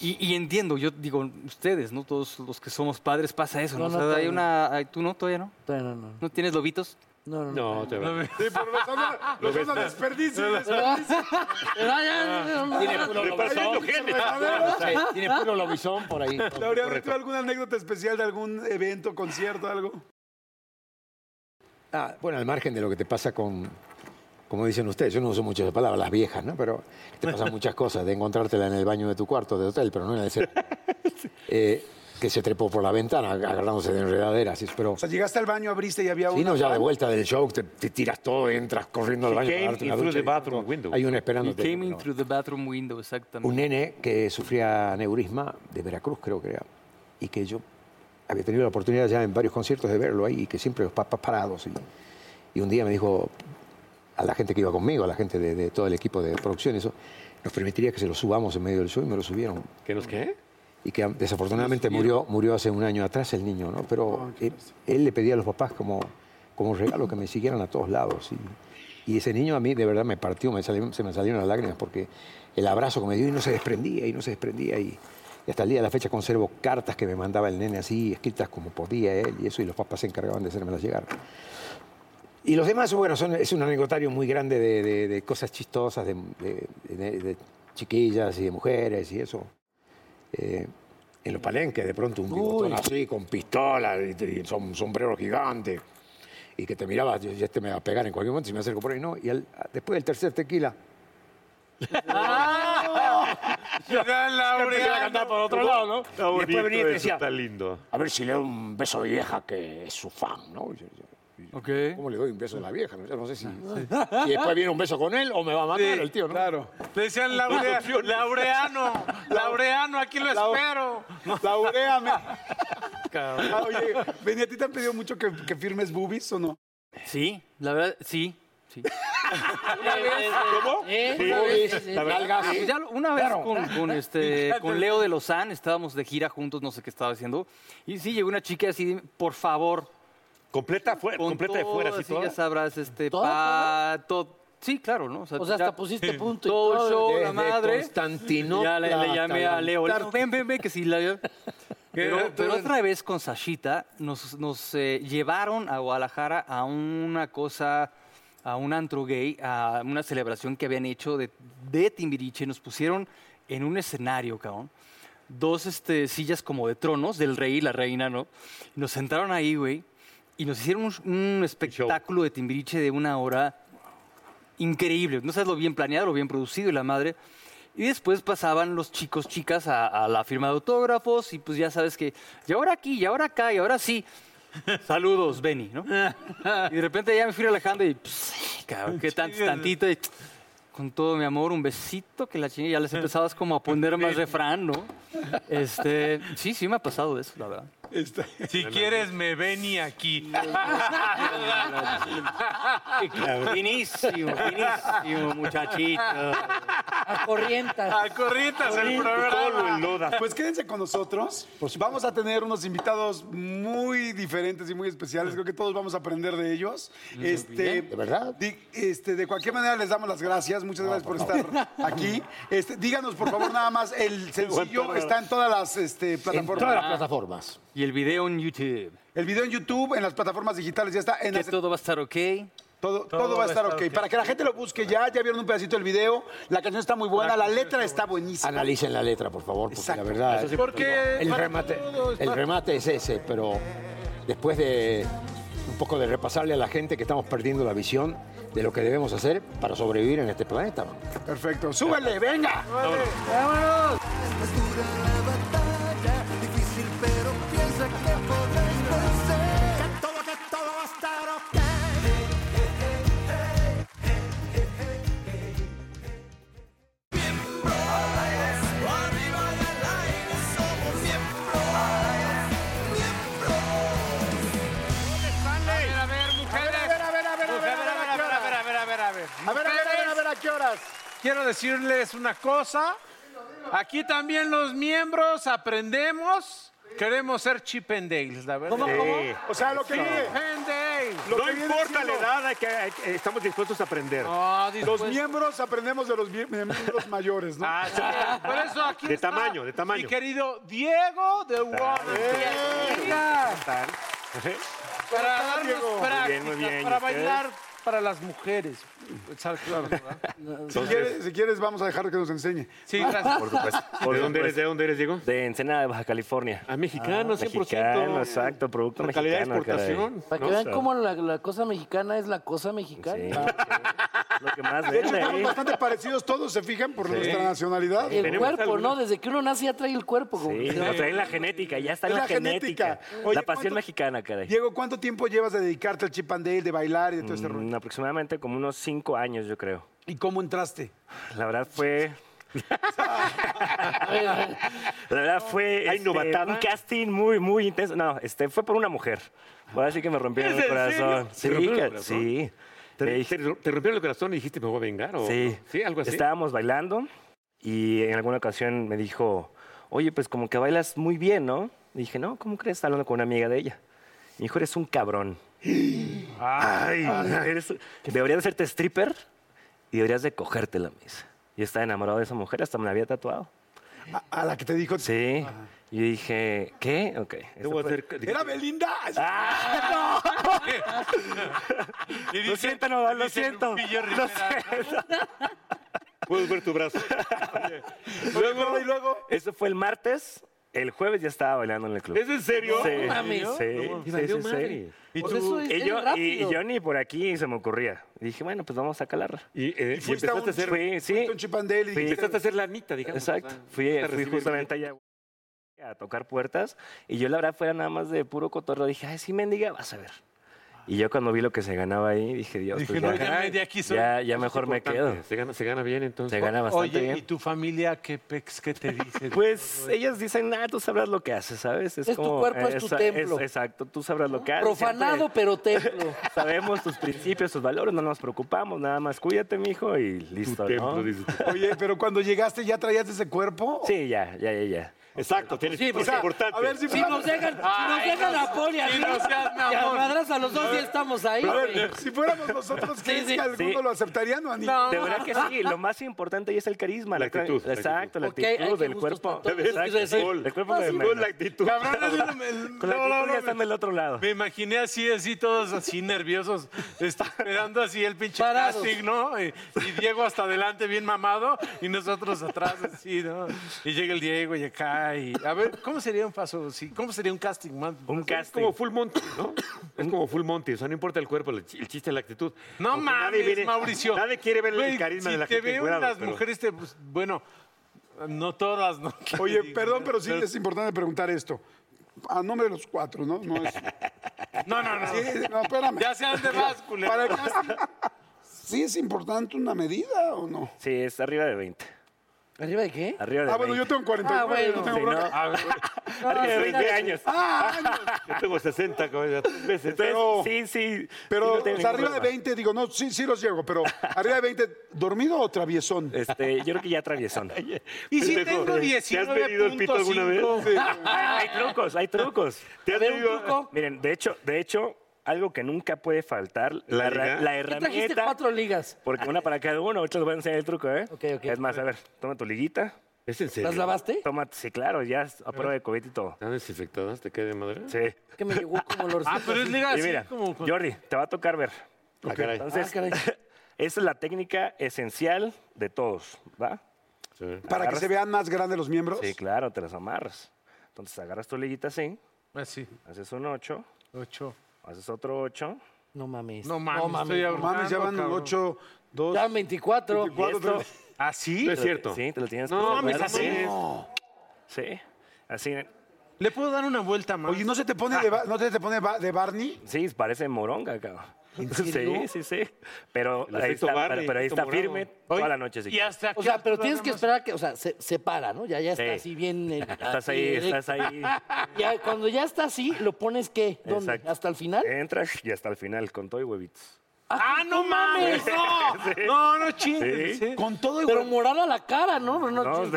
y, y entiendo, yo digo, ustedes, ¿no? Todos los que somos padres pasa eso, ¿no? No, no, O sea, hay todavía no. una. ay, ¿Tú no? ¿Todavía no? No, no, no. ¿No tienes lobitos? No, no, no. No, te va. Sí, pero los anda- los anda desperdicios. Ah, Ah. Tiene puro lobizón. *laughs* Sí, Tiene puro lobizón por ahí. Laureano, ¿tú alguna anécdota especial de algún evento, concierto, algo? Ah, bueno, al margen de lo que te pasa con, como dicen ustedes, yo no uso mucho esa palabra, las viejas, ¿no? Pero te *laughs* pasan muchas cosas, de encontrártela en el baño de tu cuarto de hotel, pero no en el cel- Eh, que se trepó por la ventana agarrándose de enredaderas. y- Pero, O sea, llegaste al baño, abriste y había Sí, una- no, ya de vuelta del show, te, te tiras todo, entras corriendo al He baño. para came darte in una through ducha the y bathroom todo. window. Hay uno He esperándote. came in through the bathroom window, exactamente. Un nene que sufría neurisma de Veracruz, creo que era, y que yo había tenido la oportunidad ya en varios conciertos de verlo ahí, y que siempre los papás parados. Y, y un día me dijo a la gente que iba conmigo, a la gente de, de todo el equipo de producción, eso, nos permitiría que se lo subamos en medio del show y me lo subieron. ¿Qué nos qué? Y que desafortunadamente murió, murió hace un año atrás el niño, ¿no? Pero él, él le pedía a los papás como, como regalo que me siguieran a todos lados. Y, y ese niño a mí de verdad me partió, me salió- se me salieron las lágrimas porque el abrazo que me dio y no se desprendía y no se desprendía. Y, y hasta el día de la fecha conservo cartas que me mandaba el nene así, escritas como podía él y eso, y los papás se encargaban de hacérmelas llegar. Y los demás, bueno, son, es un anecdotario muy grande de, de- de cosas chistosas, de, de- de- de chiquillas y de mujeres y eso. Eh, en los palenques, de pronto un bigotón así, con pistola y, y som- sombrero gigante. Y que te miraba, yo, "Y este me va a pegar en cualquier momento, si me acerco por ahí, no. Y al- después del tercer tequila, Ah. Empezaba a cantar por otro lado, ¿no? Está Y después bonito eh. venía y te eso, decía, Está lindo. a ver si le doy un beso a mi vieja que es su fan, ¿no? Y yo- yo- ¿Cómo le doy un beso a la vieja? No, Yo no sé si... Ah. Y después viene un beso con él o me va a matar el tío, ¿no? Claro. Te decían laurea- laureano, laureano, aquí lo espero. Laureame. *laughs* Ah, Oye, Benny, ¿a ti te han pedido mucho que, que firmes boobies o no? Sí, la verdad, sí. sí. ¿Cómo? Pues ya lo- una vez con, *laughs* con, este, con Leo de Lozán estábamos de gira juntos, no sé qué estaba haciendo. Y sí, llegó una chica así, por favor. Completa, fuera, completa de fuera, así toda. ya sabrás, este, ¿Toda, pa, todo. Sí, claro, ¿no? O sea, O sea, ya- hasta pusiste punto y todo. todo. el show, la Desde madre. Constantinopla Ya le, le llamé hasta a Leo. la Leo, Ven, ven, ven, que *laughs* sí. La... Pero, pero otra vez con Sashita nos, nos, eh, llevaron a Guadalajara a una cosa, a un antro gay, a una celebración que habían hecho de, de Timbiriche. Nos pusieron en un escenario, cabrón. Dos este, sillas como de tronos, del rey y la reina, ¿no? Nos sentaron ahí, güey, y nos hicieron un, un espectáculo de Timbiriche de una hora increíble. No sabes lo bien planeado, lo bien producido y la madre. Y después pasaban los chicos, chicas a, a la firma de autógrafos y pues ya sabes que, y ahora aquí, y ahora acá, y ahora sí. Saludos, Benny, ¿no? Y de repente ya me fui relajando y, pss, cabrón, qué tanto, tantito. y, con todo mi amor, un besito que la chingada. Ya les empezabas como a poner más refrán, ¿no? Este, sí, sí me ha pasado eso, la verdad. Si quieres, me vení aquí. *laughs* Finísimo, finísimo, muchachito. Ah. A corrientas. A corrientas el programa. Pues quédense con nosotros. Vamos a tener unos invitados muy diferentes y muy especiales. Creo que todos vamos a aprender de ellos. Este, ¿De verdad? di- este, de cualquier manera les damos las gracias. Muchas gracias por, estar *laughs* aquí. Este, díganos por favor nada más *laughs* el sencillo está en todas las este, plataformas. plataformas. Y el video en YouTube. El video en YouTube, en las plataformas digitales ya está. En Que todo va a estar ok. Todo, todo, va a estar ok. Para que la gente lo busque ya, ya vieron un pedacito del video. La canción está muy buena, la letra está buenísima. Analicen la letra, por favor, porque la verdad. Eso sí, Porque el para remate, todo está- el remate es ese, pero después de un poco de repasarle a la gente que estamos perdiendo la visión de lo que debemos hacer para sobrevivir en este planeta. Perfecto. ¡Súbele, venga! ¡Vámonos! Es dura la batalla, difícil, pero piensa que podrás vencer. Que todo, que todo va a estar ok. A ver, mujeres. A ver, a ver, a ver, a ver, a ver, a ver, a ver, a ver, a ver. A ver, a ver, a ver, a ver, ¿a qué horas? Quiero decirles una cosa. Aquí también los miembros aprendemos. Queremos ser Chip and Dales, la verdad. ¿Cómo, Sí. cómo? O sea, lo que Chip viene- and Dale. No importa la edad, hay que- hay que- estamos dispuestos a aprender. Ah, Los miembros aprendemos de los mie- miembros mayores, ¿no? Ah, Por eso aquí De está tamaño, de tamaño. Mi querido Diego de Warner. Ajá. Para darnos Diego. Muy práctica, bien, muy bien, ¿y para ustedes? bailar para las mujeres. Exacto, claro, ¿verdad? Si quieres, si quieres, vamos a dejar que nos enseñe. Sí, gracias. Por *laughs* supuesto. ¿Por dónde eres? ¿De dónde eres, Diego? De Ensenada, de Baja California. Ah, mexicano, 100%. Mexicano, exacto, producto La calidad de mexicano. exportación. Para que vean cómo la, la cosa mexicana es la cosa mexicana. Lo que más De hecho, vende estamos ahí. bastante parecidos todos, se fijan, por Sí. nuestra nacionalidad. El cuerpo, ¿no? Desde que uno nace ya trae el cuerpo. como Sí, que se va- lo traen la genética, ya está en Es la, la genética. genética. Oye, la pasión ¿cuánto- mexicana, caray. Diego, ¿cuánto tiempo llevas de dedicarte al chip and dale, de bailar y de todo este rollo? Mm, aproximadamente como unos cinco años, yo creo. ¿Y cómo entraste? La verdad *laughs* fue. la verdad fue ¿Hay este, novatada? un casting muy, muy intenso. No, este fue por una mujer. Ahora sí que me rompieron ¿Es el en corazón. serio? ¿Te Sí, rompieron el ca- corazón? sí. ¿Te, Le dije- te, te rompieron el corazón y dijiste, me voy a vengar? ¿o? Sí. Eh, Sí, algo así. Estábamos bailando y en alguna ocasión me dijo, oye, pues como que bailas muy bien, ¿no? Y dije, no, ¿cómo crees? Estaba hablando con una amiga de ella. Me dijo, eres un cabrón. Ay, eres- deberías de hacerte stripper y deberías de cogerte la mesa. Y estaba enamorado de esa mujer, hasta me la había tatuado. ¿A, a la que te dijo? Sí. Y yo dije, ¿qué? Ok. eso fue- Pues, ¿Era Belinda? Ah. *laughs* *laughs* Lo siento, no, lo siento. Lo siento. Puedes ver tu brazo. *laughs* luego, y luego. Eso fue el martes. El jueves ya estaba bailando en el club. ¿Es en serio? Sí, No mames. sí, No, sí, valió sí, madre. sí. ¿Y Pues tú? eso es- Y es yo, y- y rápido. yo ni por aquí se me ocurría. Dije, bueno, pues vamos a calar. Y, eh, y fuiste a empezaste a un- hacer... Fui, sí, Un chip and dale y Sí. dijiste, Empezaste a hacer la anita, digamos. exacto. o sea, Fui, a fui recibir- justamente allá a tocar puertas. Y yo, la verdad, fuera nada más de puro cotorreo. Dije, ay, sí, mendiga, vas a ver. Y yo cuando vi lo que se ganaba ahí, dije, Dios, Dije, pues no, ya, ya me- de aquí soy. ya- Eso ya es mejor me importante. quedo. Se gana, se gana bien, entonces. Se gana bastante Oye, bien. ¿y tu familia qué pex que te dice? *laughs* Pues ellas dicen, ah, tú sabrás lo que haces, ¿sabes? eh, Es tu cuerpo, es tu templo. exacto, tú sabrás lo que haces. Profanado, siempre pero templo. *laughs* Sabemos tus principios, tus valores, no nos preocupamos, nada más cuídate, mijo, y listo, templo, ¿no? dices tú. Oye, pero cuando llegaste, ¿ya traías ese cuerpo? Sí, ya, ya, ya, ya. Exacto, tienes Sí, es o sea, importante. A ver si... Si nos dejan, si nos dejan a Poli a sí, mí, no seas y a mamón. madras a los dos, ya estamos ahí. A güey. ver, si fuéramos nosotros, ¿crees sí, que alguno sí. lo aceptarían o No. De verdad que sí, lo más importante ahí es el carisma. La actitud, la Exacto, la Ok, hay que actitud del gustos cuerpo. para todos, es Exacto, decir, Ah, El cuerpo de Con la actitud. Cabrones, *laughs* *laughs* no me- Con la no, no, no, actitud ya están me- del otro lado. Me imaginé así, así, todos así nerviosos, *laughs* está esperando así el pinche Parados. casting, ¿no? Y, y *laughs* Diego hasta adelante, bien mamado, y nosotros *laughs* atrás, así, ¿no? Y llega el Diego y acá, y... A ver, ¿cómo sería un paso? Sí, ¿Cómo sería un casting, man? Un pues, Es casting. como full monty, ¿no? Es como full monty, o sea, no importa el cuerpo, el ch- el chiste es la actitud. No Aunque nadie mames, viene- Mauricio. Nadie quiere ver Güey, el si carisma de la te gente. veo encuerada, las pero- mujeres, te, pues, bueno, no todas, ¿no? *laughs* Oye, perdón, pero sí es importante preguntar esto. A nombre de los cuatro, ¿no? No, *laughs* es... No, no, no. Sí, no, espérame. Ya sean de más, culero. Para el casting, ¿sí es importante una medida o no? Sí, es arriba de 20. ¿Arriba de qué? Arriba de Ah, bueno, yo 20. tengo 49, Ah, bueno. no tengo Sí, bronca. Ah, ¿no? Arriba de 20 años. Ah, Yo tengo 60, como ya tres veces. Entonces, sí, sí. sí, Pero no tiene o sea, ningún arriba de problema. 20, digo, no, sí, sí los llego, pero arriba de 20, ¿dormido o traviesón? Este, yo creo que *laughs* ya atraviesón. Y si Pendejo, tengo ¿te has medido el pito alguna vez? 19.5. *laughs* hay trucos, hay trucos. ¿Te has A ver, un medido- truco. Miren, de hecho, de hecho, algo que nunca puede faltar, ¿La la, liga? herra- la ¿Qué trajiste herramienta. cuatro ligas? Porque una para cada uno, ahorita les voy a enseñar el truco, ¿eh? Ok, ok. Es más, a ver, toma tu liguita, ¿Es en serio? Ah. ¿Las lavaste? toma, sí, claro, ya es a prueba de COVID y todo. ¿Están desinfectadas? ¿Te cae de madre? Sí. Que me *laughs* llegó como olorcito. Ah, pero es así. liga Y así mira, como... con- Jordi, te va a tocar ver. Ah, caray. Entonces, Ah, caray. *laughs* esa es la técnica esencial de todos, ¿va? Sí. Para que se vean más grandes los miembros. Sí, claro, te las amarras. Entonces agarras tu liguita así, Así, haces un 8, ocho. haces otro 8, No mames. No mames, estoy No mames, ya van cabrón. 8, 2, Ya 24. ¿Así? No es cierto. ¿Ah, Sí, te lo tienes No, que mames, doblar así. no. Sí, así. ¿Le puedo dar una vuelta más? Oye, ¿no se te pone de, ba- ¿no se te pone ba- de Barney? Sí, parece moronga, cabrón. *laughs* Sí, sí, sí. Pero El ahí efecto está, Barney, pero- pero ahí efecto está morado. firme Oye, toda la noche. si Y quieres. hasta O sea, qué pero hora tienes que nada más? esperar que, o sea, se, se para, ¿no? Ya, ya está Sí. así bien. eh, Estás así, ahí, erecto. estás ahí. *laughs* Ya, ah, cuando ya está así, ¿lo pones qué? ¿Dónde? Exacto. ¿Hasta el final? Entras y hasta el final, con todo y huevitos. ¡Ah, no *laughs* mames! ¡No! No, no chingues. Sí. ¿eh? Con todo y Pero moral a la cara, ¿no? Pero no, No, *laughs* no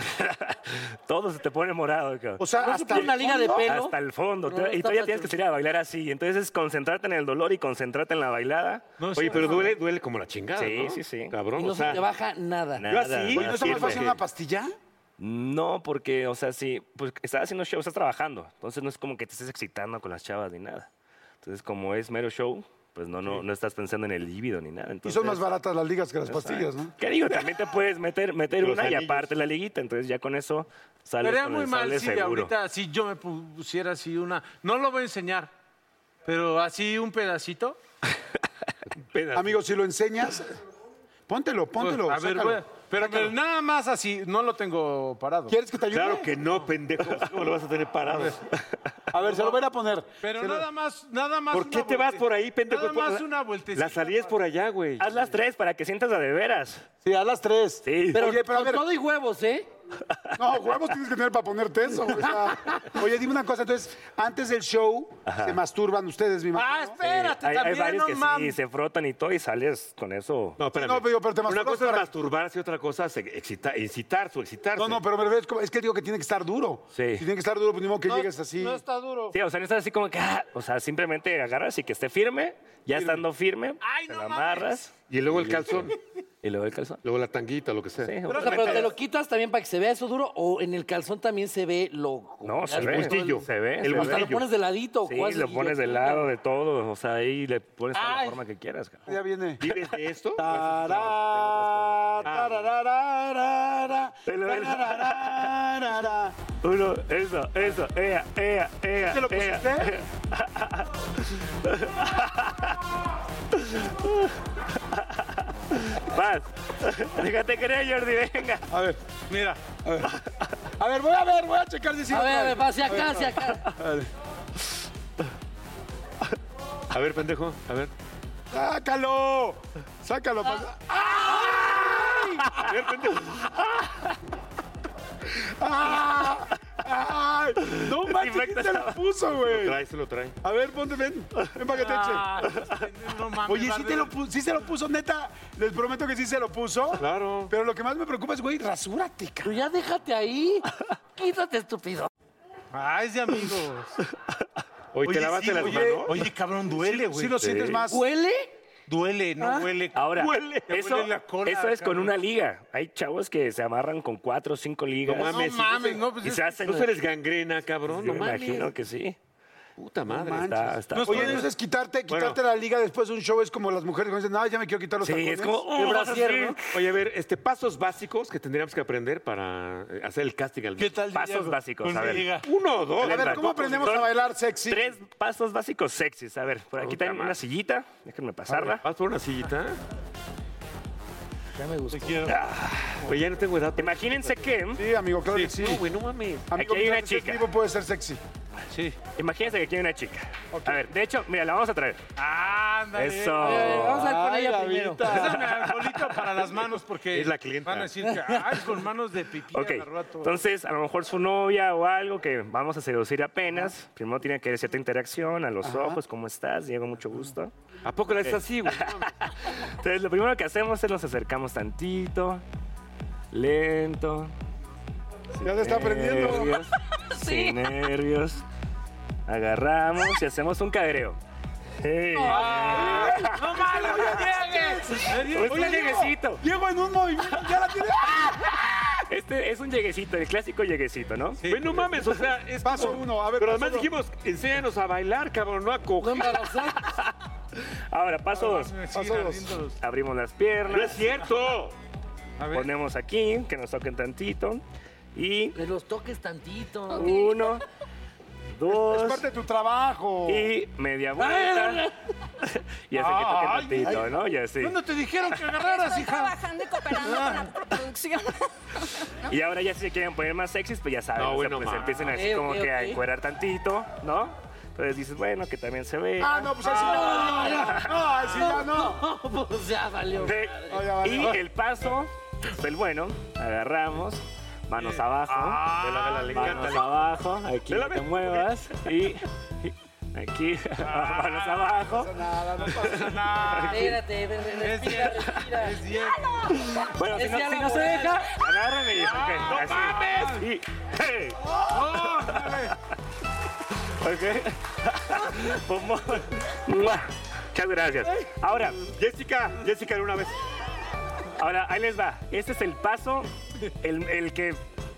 todo se te pone morado, cabrón. O sea, se hasta pone una liga de pelo. Hasta el fondo. No, Te- y está tú ya tienes pachudo. que salir a bailar así. Entonces es concentrarte en el dolor y concentrarte en la bailada. Oye, pero duele, duele como la chingada. Sí, ¿no? sí, sí. Cabrón. y no o sea, se te baja nada. Nada. Yo así. Oye, ¿No está más firme. fácil una pastilla? No, porque, o sea, si pues, estás haciendo show, estás trabajando. Entonces no es como que te estés excitando con las chavas ni nada. Entonces, como es mero show, pues no, no, no estás pensando en el líbido ni nada. Y Entonces, son más baratas las ligas que las pastillas, ¿no? ¿Qué digo? También te puedes meter, meter Los una y anillos. aparte la liguita. Entonces ya con eso sales, Estaría con muy el- mal sales si de seguro. ahorita, si yo me pusiera así una. No lo voy a enseñar, pero así un pedacito. Amigo, si lo enseñas, póntelo, póntelo. pues, Pues, a ver, sácalo. güey, pero me- nada más así, no lo tengo parado. ¿Quieres que te ayude? Claro que no, pendejo. *laughs* ¿cómo lo vas a tener parado? A ver, se lo voy a ir a poner. Pero Se lo- nada más, nada más. ¿Por una qué te vas vuelte- por ahí, pendejo? Nada Por más la- una vueltecita. La salida es por allá, güey. Haz las tres para que sientas la de veras. Sí, a las tres. Sí. Pero, Oye, pero a con ver- todo y huevos, ¿eh? No, huevos tienes que tener para ponerte eso. güey, o sea. Oye, dime una cosa. Entonces, antes del show, Ajá. se masturban ustedes, mi mamá. Ah, Sí, hay, hay varios que sí se frotan y todo y sales con eso. No, espérame. no, pero- pero te Una masturbas cosa para- es masturbarse y otra cosa es excita- excitar su excitarse. No, no, pero me refiero, es como- es que digo que tiene que estar duro. Sí. Si tiene que estar duro, pues ni modo que llegues así. duro. Sí, o sea, no estás así como que, ah, o sea, simplemente agarras y que esté firme, ya estando firme, te la amarras. Y luego el *laughs* *laughs* calzón. Y luego el calzón. Luego la tanguita, lo que sea. Sí, Pero, o sea, pero te lo quitas también para que se vea eso duro o en el calzón también se ve lo... No, se el ve. bultillo. Se ve. El se bultillo. Hasta lo pones de ladito, Sí, cuasi, lo y pones lo de quitas. lado, de todo. O sea, ahí le pones a Ay. la forma que quieras. cabrón. Ya viene. ¿Vives de *laughs* esto? Ah, Tará, Ah. tararararara, *laughs* tararararara. Uno, eso, eso, ea, ea, ea. ¿Te lo ea, pusiste? ea. Vas. Déjate creer, Jordi, venga. A ver, mira. A ver. A ver, voy a ver, voy a checar si sí A lo ver, a trae. ver, va hacia A ver, acá, hacia a ver. acá. A ver. A ver, pendejo, a ver. ¡Sácalo! ¡Sácalo! pa- Ah. A ver, pendejo. ¡Ah! ¡Ay! ¡No manches! ¿Quién te lo puso, güey? Trae, se lo trae. A ver, ponte, ven. Ven para que Ah. te eche. Oye, sí, te lo pu- sí se lo puso, neta. Les prometo que sí se lo puso. Claro. Pero lo que más me preocupa es, güey, rasúrate, cabrón. Pero ya déjate ahí. Quítate, estúpido. Ay, es de *laughs* amigos. Oye, te lavaste sí, las oye, manos. Oye, cabrón, duele, güey. Sí lo sientes más. ¿Huele? Duele, no huele. Ahora, Huele, te Ah. eso, huele la cola, eso es con cabrón. una liga. Hay chavos que se amarran con cuatro o cinco ligas. No mames, No mames, no, pues y es- se hacen. Tú eres gangrena, cabrón. No Yo me mames. imagino que sí. Puta madre. Está, está- Oye, entonces quitarte, quitarte la liga después de un show es como las mujeres que dicen, no, ya me quiero quitar los Sí, tacones. es como, oh, El vas brasier, así. ¿no? Oye, a ver, este, pasos básicos que tendríamos que aprender para eh, hacer el casting al ¿Qué tal? Pasos Diego? básicos, Con a mi ver. liga. Uno o dos. A ver, ¿cómo aprendemos a bailar sexy? Tres pasos básicos sexys. A ver, por aquí Puta tienen una madre. sillita. Déjenme pasarla. ¿Vas por una sillita? Ya me gustó. Pues ya no tengo edad. Imagínense que... ¿eh? Sí, amigo, claro que sí. No, güey, no mames. Amigo, Aquí hay una mientras estés chica. vivo puede ser sexy. Sí. Imagínense que aquí hay una chica. A ver, de hecho, mira, la vamos a traer. Ándale. Eso. Eh, vamos a ir con Ay, ella primero. Davidita. Pásame alcoholito para las manos porque Es la clienta. van a decir que ay, con manos de pipí Ok, agarró a todo. entonces a lo mejor su novia o algo que vamos a seducir apenas. Primero tiene que haber cierta interacción, a los ojos, ¿cómo estás? Diego, mucho gusto. Eh. ¿A poco la haces así, güey? *laughs* Entonces lo primero que hacemos es nos acercamos tantito, lento. sin Ya se está aprendiendo. *laughs* nervios, Sin nervios. Agarramos y hacemos un cadereo. Hey. ¡No mames, Pues no llegues! un lleguecito. Llego en un movimiento, ya la tiene. Este es un lleguecito, el clásico lleguecito, ¿no? Güey, no mames, *laughs* o sea, es pues, Paso como- uno, a ver, Pero paso además uno. dijimos, enséñanos a bailar, cabrón, no a No coger. embarazar. Ahora, paso dos. Me Paso siguen dos. abriendo los- Abrimos las piernas. ¡No es cierto! A ver. Ponemos aquí, que nos toquen tantito. Y Que los toques tantito. uno, Es dos parte de tu trabajo. y media vuelta. Y hace Ay, que toquen tantito, ¿no? Y así. ¿Cuándo te dijeron que agarraras, Estoy hija? Ah. trabajando y cooperando con la producción. Y ahora ya si se quieren poner más sexys, pues ya saben. No, o sea, bueno, pues ma. empiecen así Ok, como ok, que a ok. encuerar tantito, ¿no? Entonces dices, bueno, que también se Eh, ve. Ah, no, pues así no. No, así ya no. No, pues ya valió. Sí. No, ya vale. Y el paso, el bueno, agarramos, manos abajo. vela, vela, le manos encanta. abajo, aquí Vela, no te vela. muevas. Y, y aquí, *laughs* manos abajo. Nada, no pasa nada. Espérate, ven, ven, respira, respira. Bueno, si Es no, ya si la no se moral. deja, agárrame y ok, así. Y, hey. ok. Bombón. Mua. *laughs* Muchas gracias. Ahora, Jessica, Jessica, de una vez. ahora, ahí les va. Este es el paso, el, el que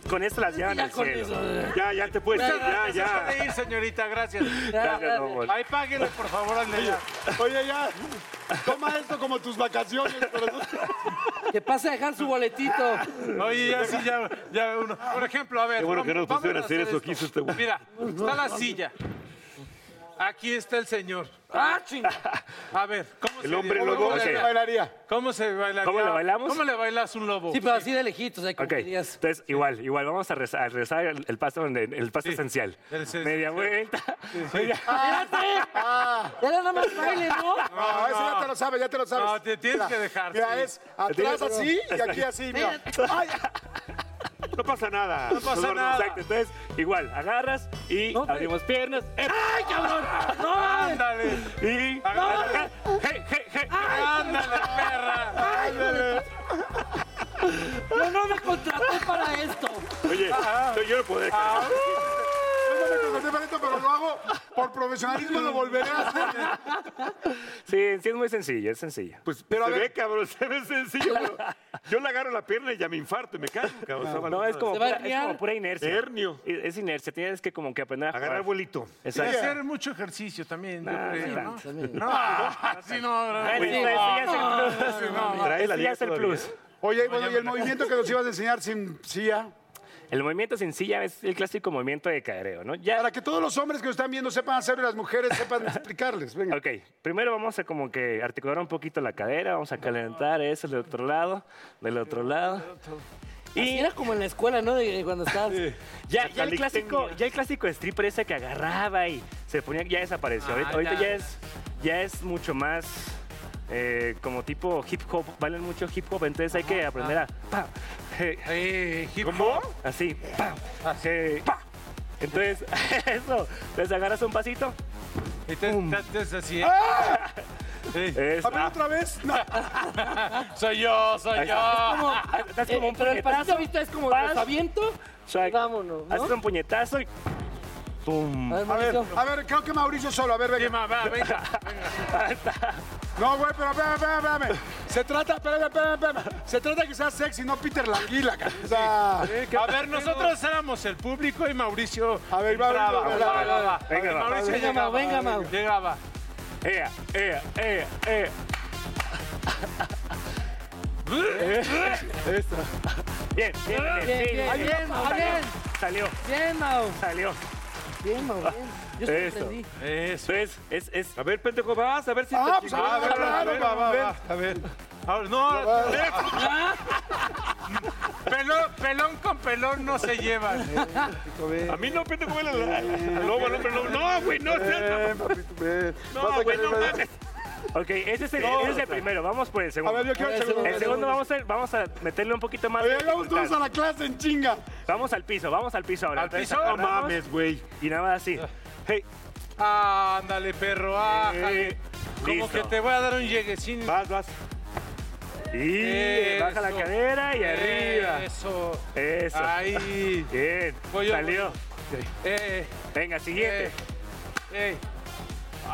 Con esto las llevan Ya al con cielo. eso. pues, Ya, ya te puedes ir, ya, ya. Deja de ir, señorita, *laughs* gracias. Gracias, Ramón. Ahí páguenle, por favor, al de allá. Oye, ya, toma esto como tus vacaciones. Te pasa a dejar su boletito. Oye, ya sí, ya, ya uno. Por ejemplo, a ver. Qué bueno que no nos vamos- pusieron a vamos hacer eso esto. que hizo este güey. Mira, está la silla. Aquí está el señor. ¡Ah, chinga! A ver, ¿cómo El se- hombre cómo le- lobo, ¿Cómo ok. se bailaría? ¿Cómo se bailaría? ¿Cómo le bailamos? ¿Cómo le bailas un lobo? Sí, pero así de lejitos. ahí como Ok, entonces igual, igual, vamos a rezar, a rezar el, el paso, donde- el paso esencial. Media vuelta. media- Ya nada más baile, ¿no? No, ese ya te lo sabes, ya te lo sabes. No, te tienes que dejar, Mira, sí. es atrás Te tienes- así y aquí así, mira. Ay, No pasa nada. No pasa Eduardo, nada. exacto. Entonces, igual, agarras y abrimos piernas. ¡Ay, cabrón! *laughs* ¡Ándale! Y... Ándale. ¡Hey, hey, hey! ¡Ándale, perra! ¡Ándale! Yo no me contraté para esto. Ah. Oye, Ah. no, yo no puedo dejar. yo no me contraté para esto, pero lo hago por profesionalismo, lo volveré a hacer. Sí, sí, es muy sencillo, es sencillo. Pues, Pero se ve, cabrón, se ve sencillo. pero yo le agarro la pierna y ya me infarto y me caigo, cabrón. No, es como, Se va pura, a es como herniar. pura inercia. Hernio. Es es inercia, tienes que como que aprender a Agarrar jugar. vuelito. Y Exacto. hacer mucho ejercicio también, yo Nah, creo, no ¿no? tanto. No, así no. Bueno, güey. ese ya es el No, plus. no, no. Trae Ese la ya liga es el todavía. plus. Oye, y bueno, y el movimiento que nos ibas a enseñar sin silla. El movimiento sin silla es el clásico movimiento de caereo, ¿no? Ya, Para que todos los hombres que nos están viendo sepan hacerlo y las mujeres sepan explicarles. Venga. ok, primero vamos a como que articular un poquito la cadera, vamos a calentar eso del otro lado, del otro lado. Y era como en la escuela, ¿no? De cuando estabas. Ya, ya el Calistenia. clásico, ya el clásico stripper ese que agarraba y se ponía, ya desapareció. ahorita Ah, ahorita ya. ya. es, ya es mucho más eh, como tipo hip hop, bailan mucho hip hop, entonces hay que aprender a pa, eh, Eh, hip ¿Cómo? Así, pa, eh, pa. Entonces, *laughs* eso, entonces agarras un pasito. Y te, te- te haces así. ¿eh? Sí. Es, A ver, ¡Ah! otra vez. *laughs* No. Soy yo, soy yo. das como un eh, Pero el pasito, puñetazo, ¿viste? Es como Vas. desaviento. Exacto. Vámonos, ¿no? haces un puñetazo y ¡pum! A ver, A ver, Mauricio. a ver, creo que Mauricio solo. A ver, Sí, venga. ma, va, venga, venga. No, güey, pero espérame, espérame, espérame. Se trata, espérame, espérame, espérame. Se trata que sea sexy, no Peter Languila, cara. O sea, A ver, nosotros éramos el público y Mauricio A ver, va, entraba. va, va, va, va, va. Venga, va. Mauricio Venga, llegaba. Mau, venga, Mau. Llegaba. ¡Ea, ea, ea, ea! Eh, esto. Bien, bien, bien, Ah, Bien, bien, bien, bien. bien, Mau, bien. Salió, Bien, Mau. salió. Bien, Mau, bien. Yo sí Eso. aprendí. Eso. Entonces, es, es, A ver, pendejo, vas, a ver si Ah, te pues, chingas. a ver, Ah, claro, va, va, va. A ver. Ahora, no. Pelón, pelón con pelón no se llevan. A mí no, pendejo, huele al- al lobo, al hombre lobo. Ah, No, güey, no Eh, seas. No, güey, no mames. Ok, ese es el, ese es el primero, vamos por el A segundo. ver, yo quiero el segundo. el segundo vamos a, vamos a meterle un poquito más. Oye, de ahí vamos todos a dificultad. la clase en chinga. Vamos al piso, vamos al piso ahora. ¿Al Entonces, piso? No agarramos mames, güey. Y nada más Ah. así. Hey, Ándale, perro, ájale. Eh, Como listo. que te voy a dar un lleguecín. Vas, vas. y baja la Eso. cadera y arriba. Eso. Eso. Ahí. Bien, Voy yo, salió. Eh, Venga, siguiente. eh, eh.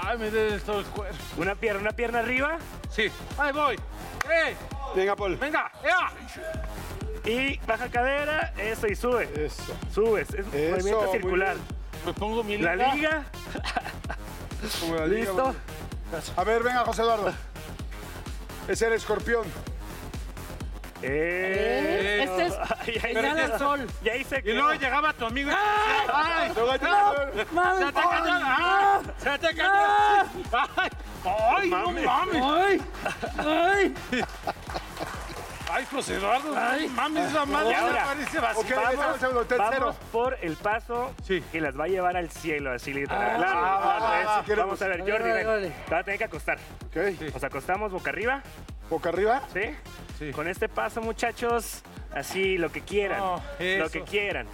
Ay, me duele todo el cuerpo. Una pierna, una pierna arriba Sí. Ahí voy. Eh, Venga, Paul. venga, ea. y baja cadera, eso y sube. Eso. Subes, es un Eso, movimiento muy circular. Me pongo mi La liga, Como la liga, listo. A ver, venga, José Eduardo. Es el escorpión. Eh, Este es señal al sol. Y ahí se Y quedó. luego llegaba tu amigo y te decía, ¡ay! Luego ahí te- ¡Se te cayó! ¡Ah! ¡Se te cayó! ¡Ay! ¡Ay, no Mames. mames! ¡Ay! ¡Ay! ¡Ay, José Eduardo! ¡Ay, mames, la madre! Y ahora, parece vacío. Ok, estamos en el tercero. Vamos por el paso Sí. que las va a llevar al cielo, así Ah, literal. Claro, claro, va, es- va, queremos. ¿eh? Vamos a ver, Vale, Jordi, vale, ven. vale. Te vas a tener que acostar. Ok. Nos acostamos boca arriba, Boca arriba. ¿sí? Con este paso, muchachos, así lo que quieran. No, lo eso. que quieran.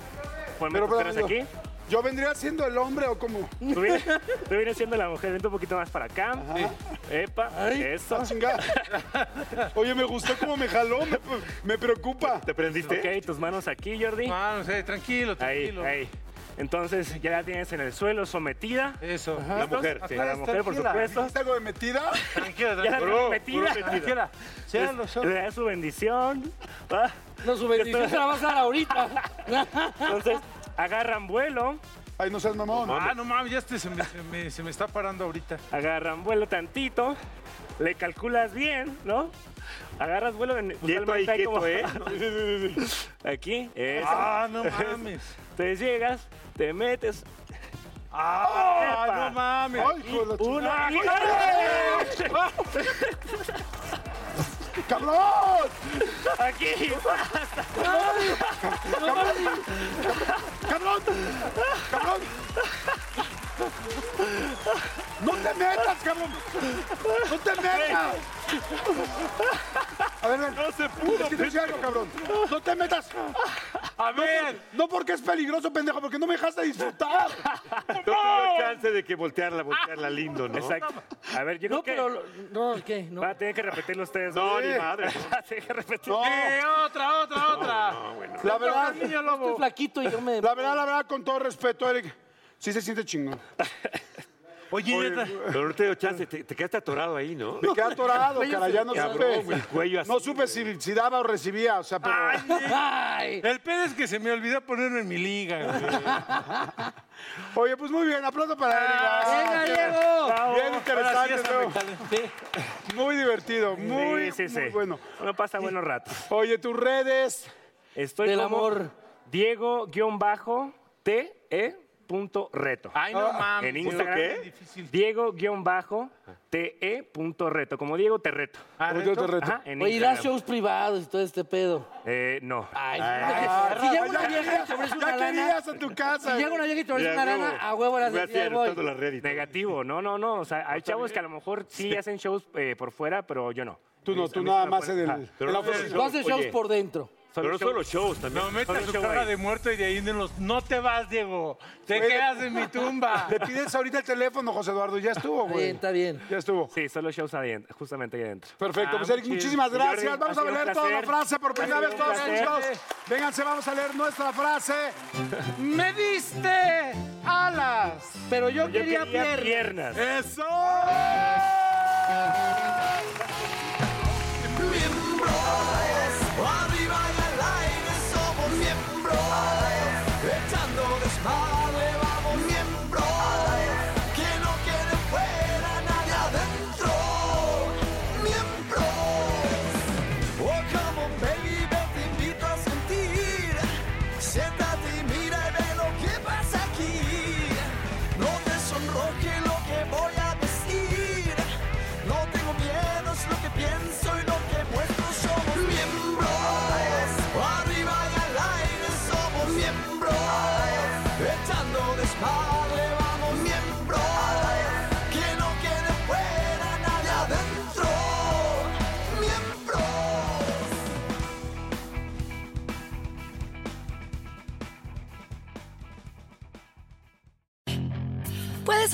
Ponme Oh, Pero, tus pero, piernas Pues, aquí. yo, yo vendría siendo el hombre o como. Tú vienes, tú vienes siendo la mujer, vente un poquito más para acá. Epa, eso. Ah, *laughs* chingada. Oye, me gustó cómo me jaló, me, me preocupa. ¿Te prendiste? Ok, tus manos aquí, Jordi. Manos, eh, tranquilo, Ahí, tranquilo. ahí. Entonces ya la tienes en el suelo, sometida. Eso. La mujer, sí. La mujer, por supuesto. ¿Está algo de metida? Ya Tranquila, la tranquila. tienes metida. Tranquila. Cierra Le- los Le ojos. da su bendición. ¿va? No, su bendición se Pues la vas a dar ahorita. Entonces, agarran vuelo. Ay, no seas mamón. Ah, Ah, no mames, ya este se me, se me- se me está parando ahorita. agarran vuelo tantito, le calculas bien, ¿no? Agarras vuelo en Quieto ahí, usualmente hay quieto, *laughs* como- ¿eh? ¿eh? *laughs* Aquí. eso. Ah, *laughs* no mames. Entonces llegas, te metes. Ah, no mames. Ay, hijo de la Una. chingada. ¡Cabrón! Aquí. ¡Cabrón! ¡Cabrón! ¡Cabrón! ¡No te metas, cabrón! ¡No te metas! A ver, no se pudo. Es que te decía algo, cabrón. ¡No te metas! A ver. No, porque es peligroso, pendejo, porque no me dejaste *laughs* disfrutar. No tuve chance de que voltearla, voltearla lindo, ¿no? Ah, Exacto. A ver, yo No, creo pero. que. lo- No, ¿qué? No. Va a tener que repetirlo ustedes. No, dos. ni Sí. madre. Va a tener que repetirlo. No. Eh, otra, otra, otra. La verdad, niño lobo. Estoy flaquito y yo me. la verdad, la verdad, con todo respeto, Eric, sí se siente *laughs* chingón. Oye, neta. Pero no te dio chance, te, te quedaste atorado ahí, ¿no? Me quedé atorado, cara, ya no Cabrón, güey, supe. el cuello así. No supe si, si daba o recibía, o sea, pero... Ay. El pedo es que se me olvidó ponerlo en mi liga. güey. *laughs* Oye, pues muy bien, aplauso para Eric. Ah, ¡Venga, Diego! Ah, Bien Ahora sí, interesante, esa Leo. me calenté. Muy divertido, muy, sí, sí. muy bueno. Uno pasa buenos ratos. Oye, tus redes. Estoy Del como amor. Diego-te.reto. Ay, no Ah. mames. E En Instagram. qué difícil. Diego-te.reto. Como Diego, te reto. Ah, Como yo te ¿reto? reto. Ajá, en Oye, ir a Instagram. shows privados y todo este pedo. Eh, no. Ay, si llega una Ah. ya vieja y te ofrece querías, una ya lana. querías a tu Si casa. llega una vieja y te ofrece Ya, una huevo. lana, a huevo la Voy así, de aventando voy. la red y todo. Negativo, no, no, no. O sea, hay chavos que a lo mejor sí hacen shows eh, por fuera, pero yo no. Tú no, Mis- tú a mí sí nada me más en, pueden- el, Ajá. Pero en la no oficina. eres- Tú haces shows Oye. por dentro. Solo Pero no shows. solo shows también. No metas Solo su show cara ahí. de muerto y de ahí de los. No te vas, Diego. Te Oye, quedas en mi *laughs* tumba. *laughs* Le pides ahorita el teléfono, José Eduardo. Ya estuvo, Está bien, güey. está bien. Ya estuvo. Sí, solo shows adentro, justamente ahí adentro. Perfecto, Ah, pues Eric, muy chido. muchísimas Jordi, gracias. vamos ha a sido un leer toda la placer. frase por primera Ha sido vez, un todos placer. juntos. Vénganse, vamos a leer nuestra frase. *laughs* Me diste alas. Pero yo Yo quería quería piernas. piernas. Eso. Miembros, arriba y al aire somos miembros, echando desmadre vamos miembros, que no quede fuera nadie adentro, miembros. Oh, como baby te invito a sentir, siéntate y mira y ve lo que pasa aquí, no te sonroje lo que voy a decir, no tengo miedo es lo que pienso y lo que muestro somos miembros. Arriba y al aire somos miembros. Echando desmadre vamos miembros. Que no quede fuera nadie adentro. Miembros. Puedes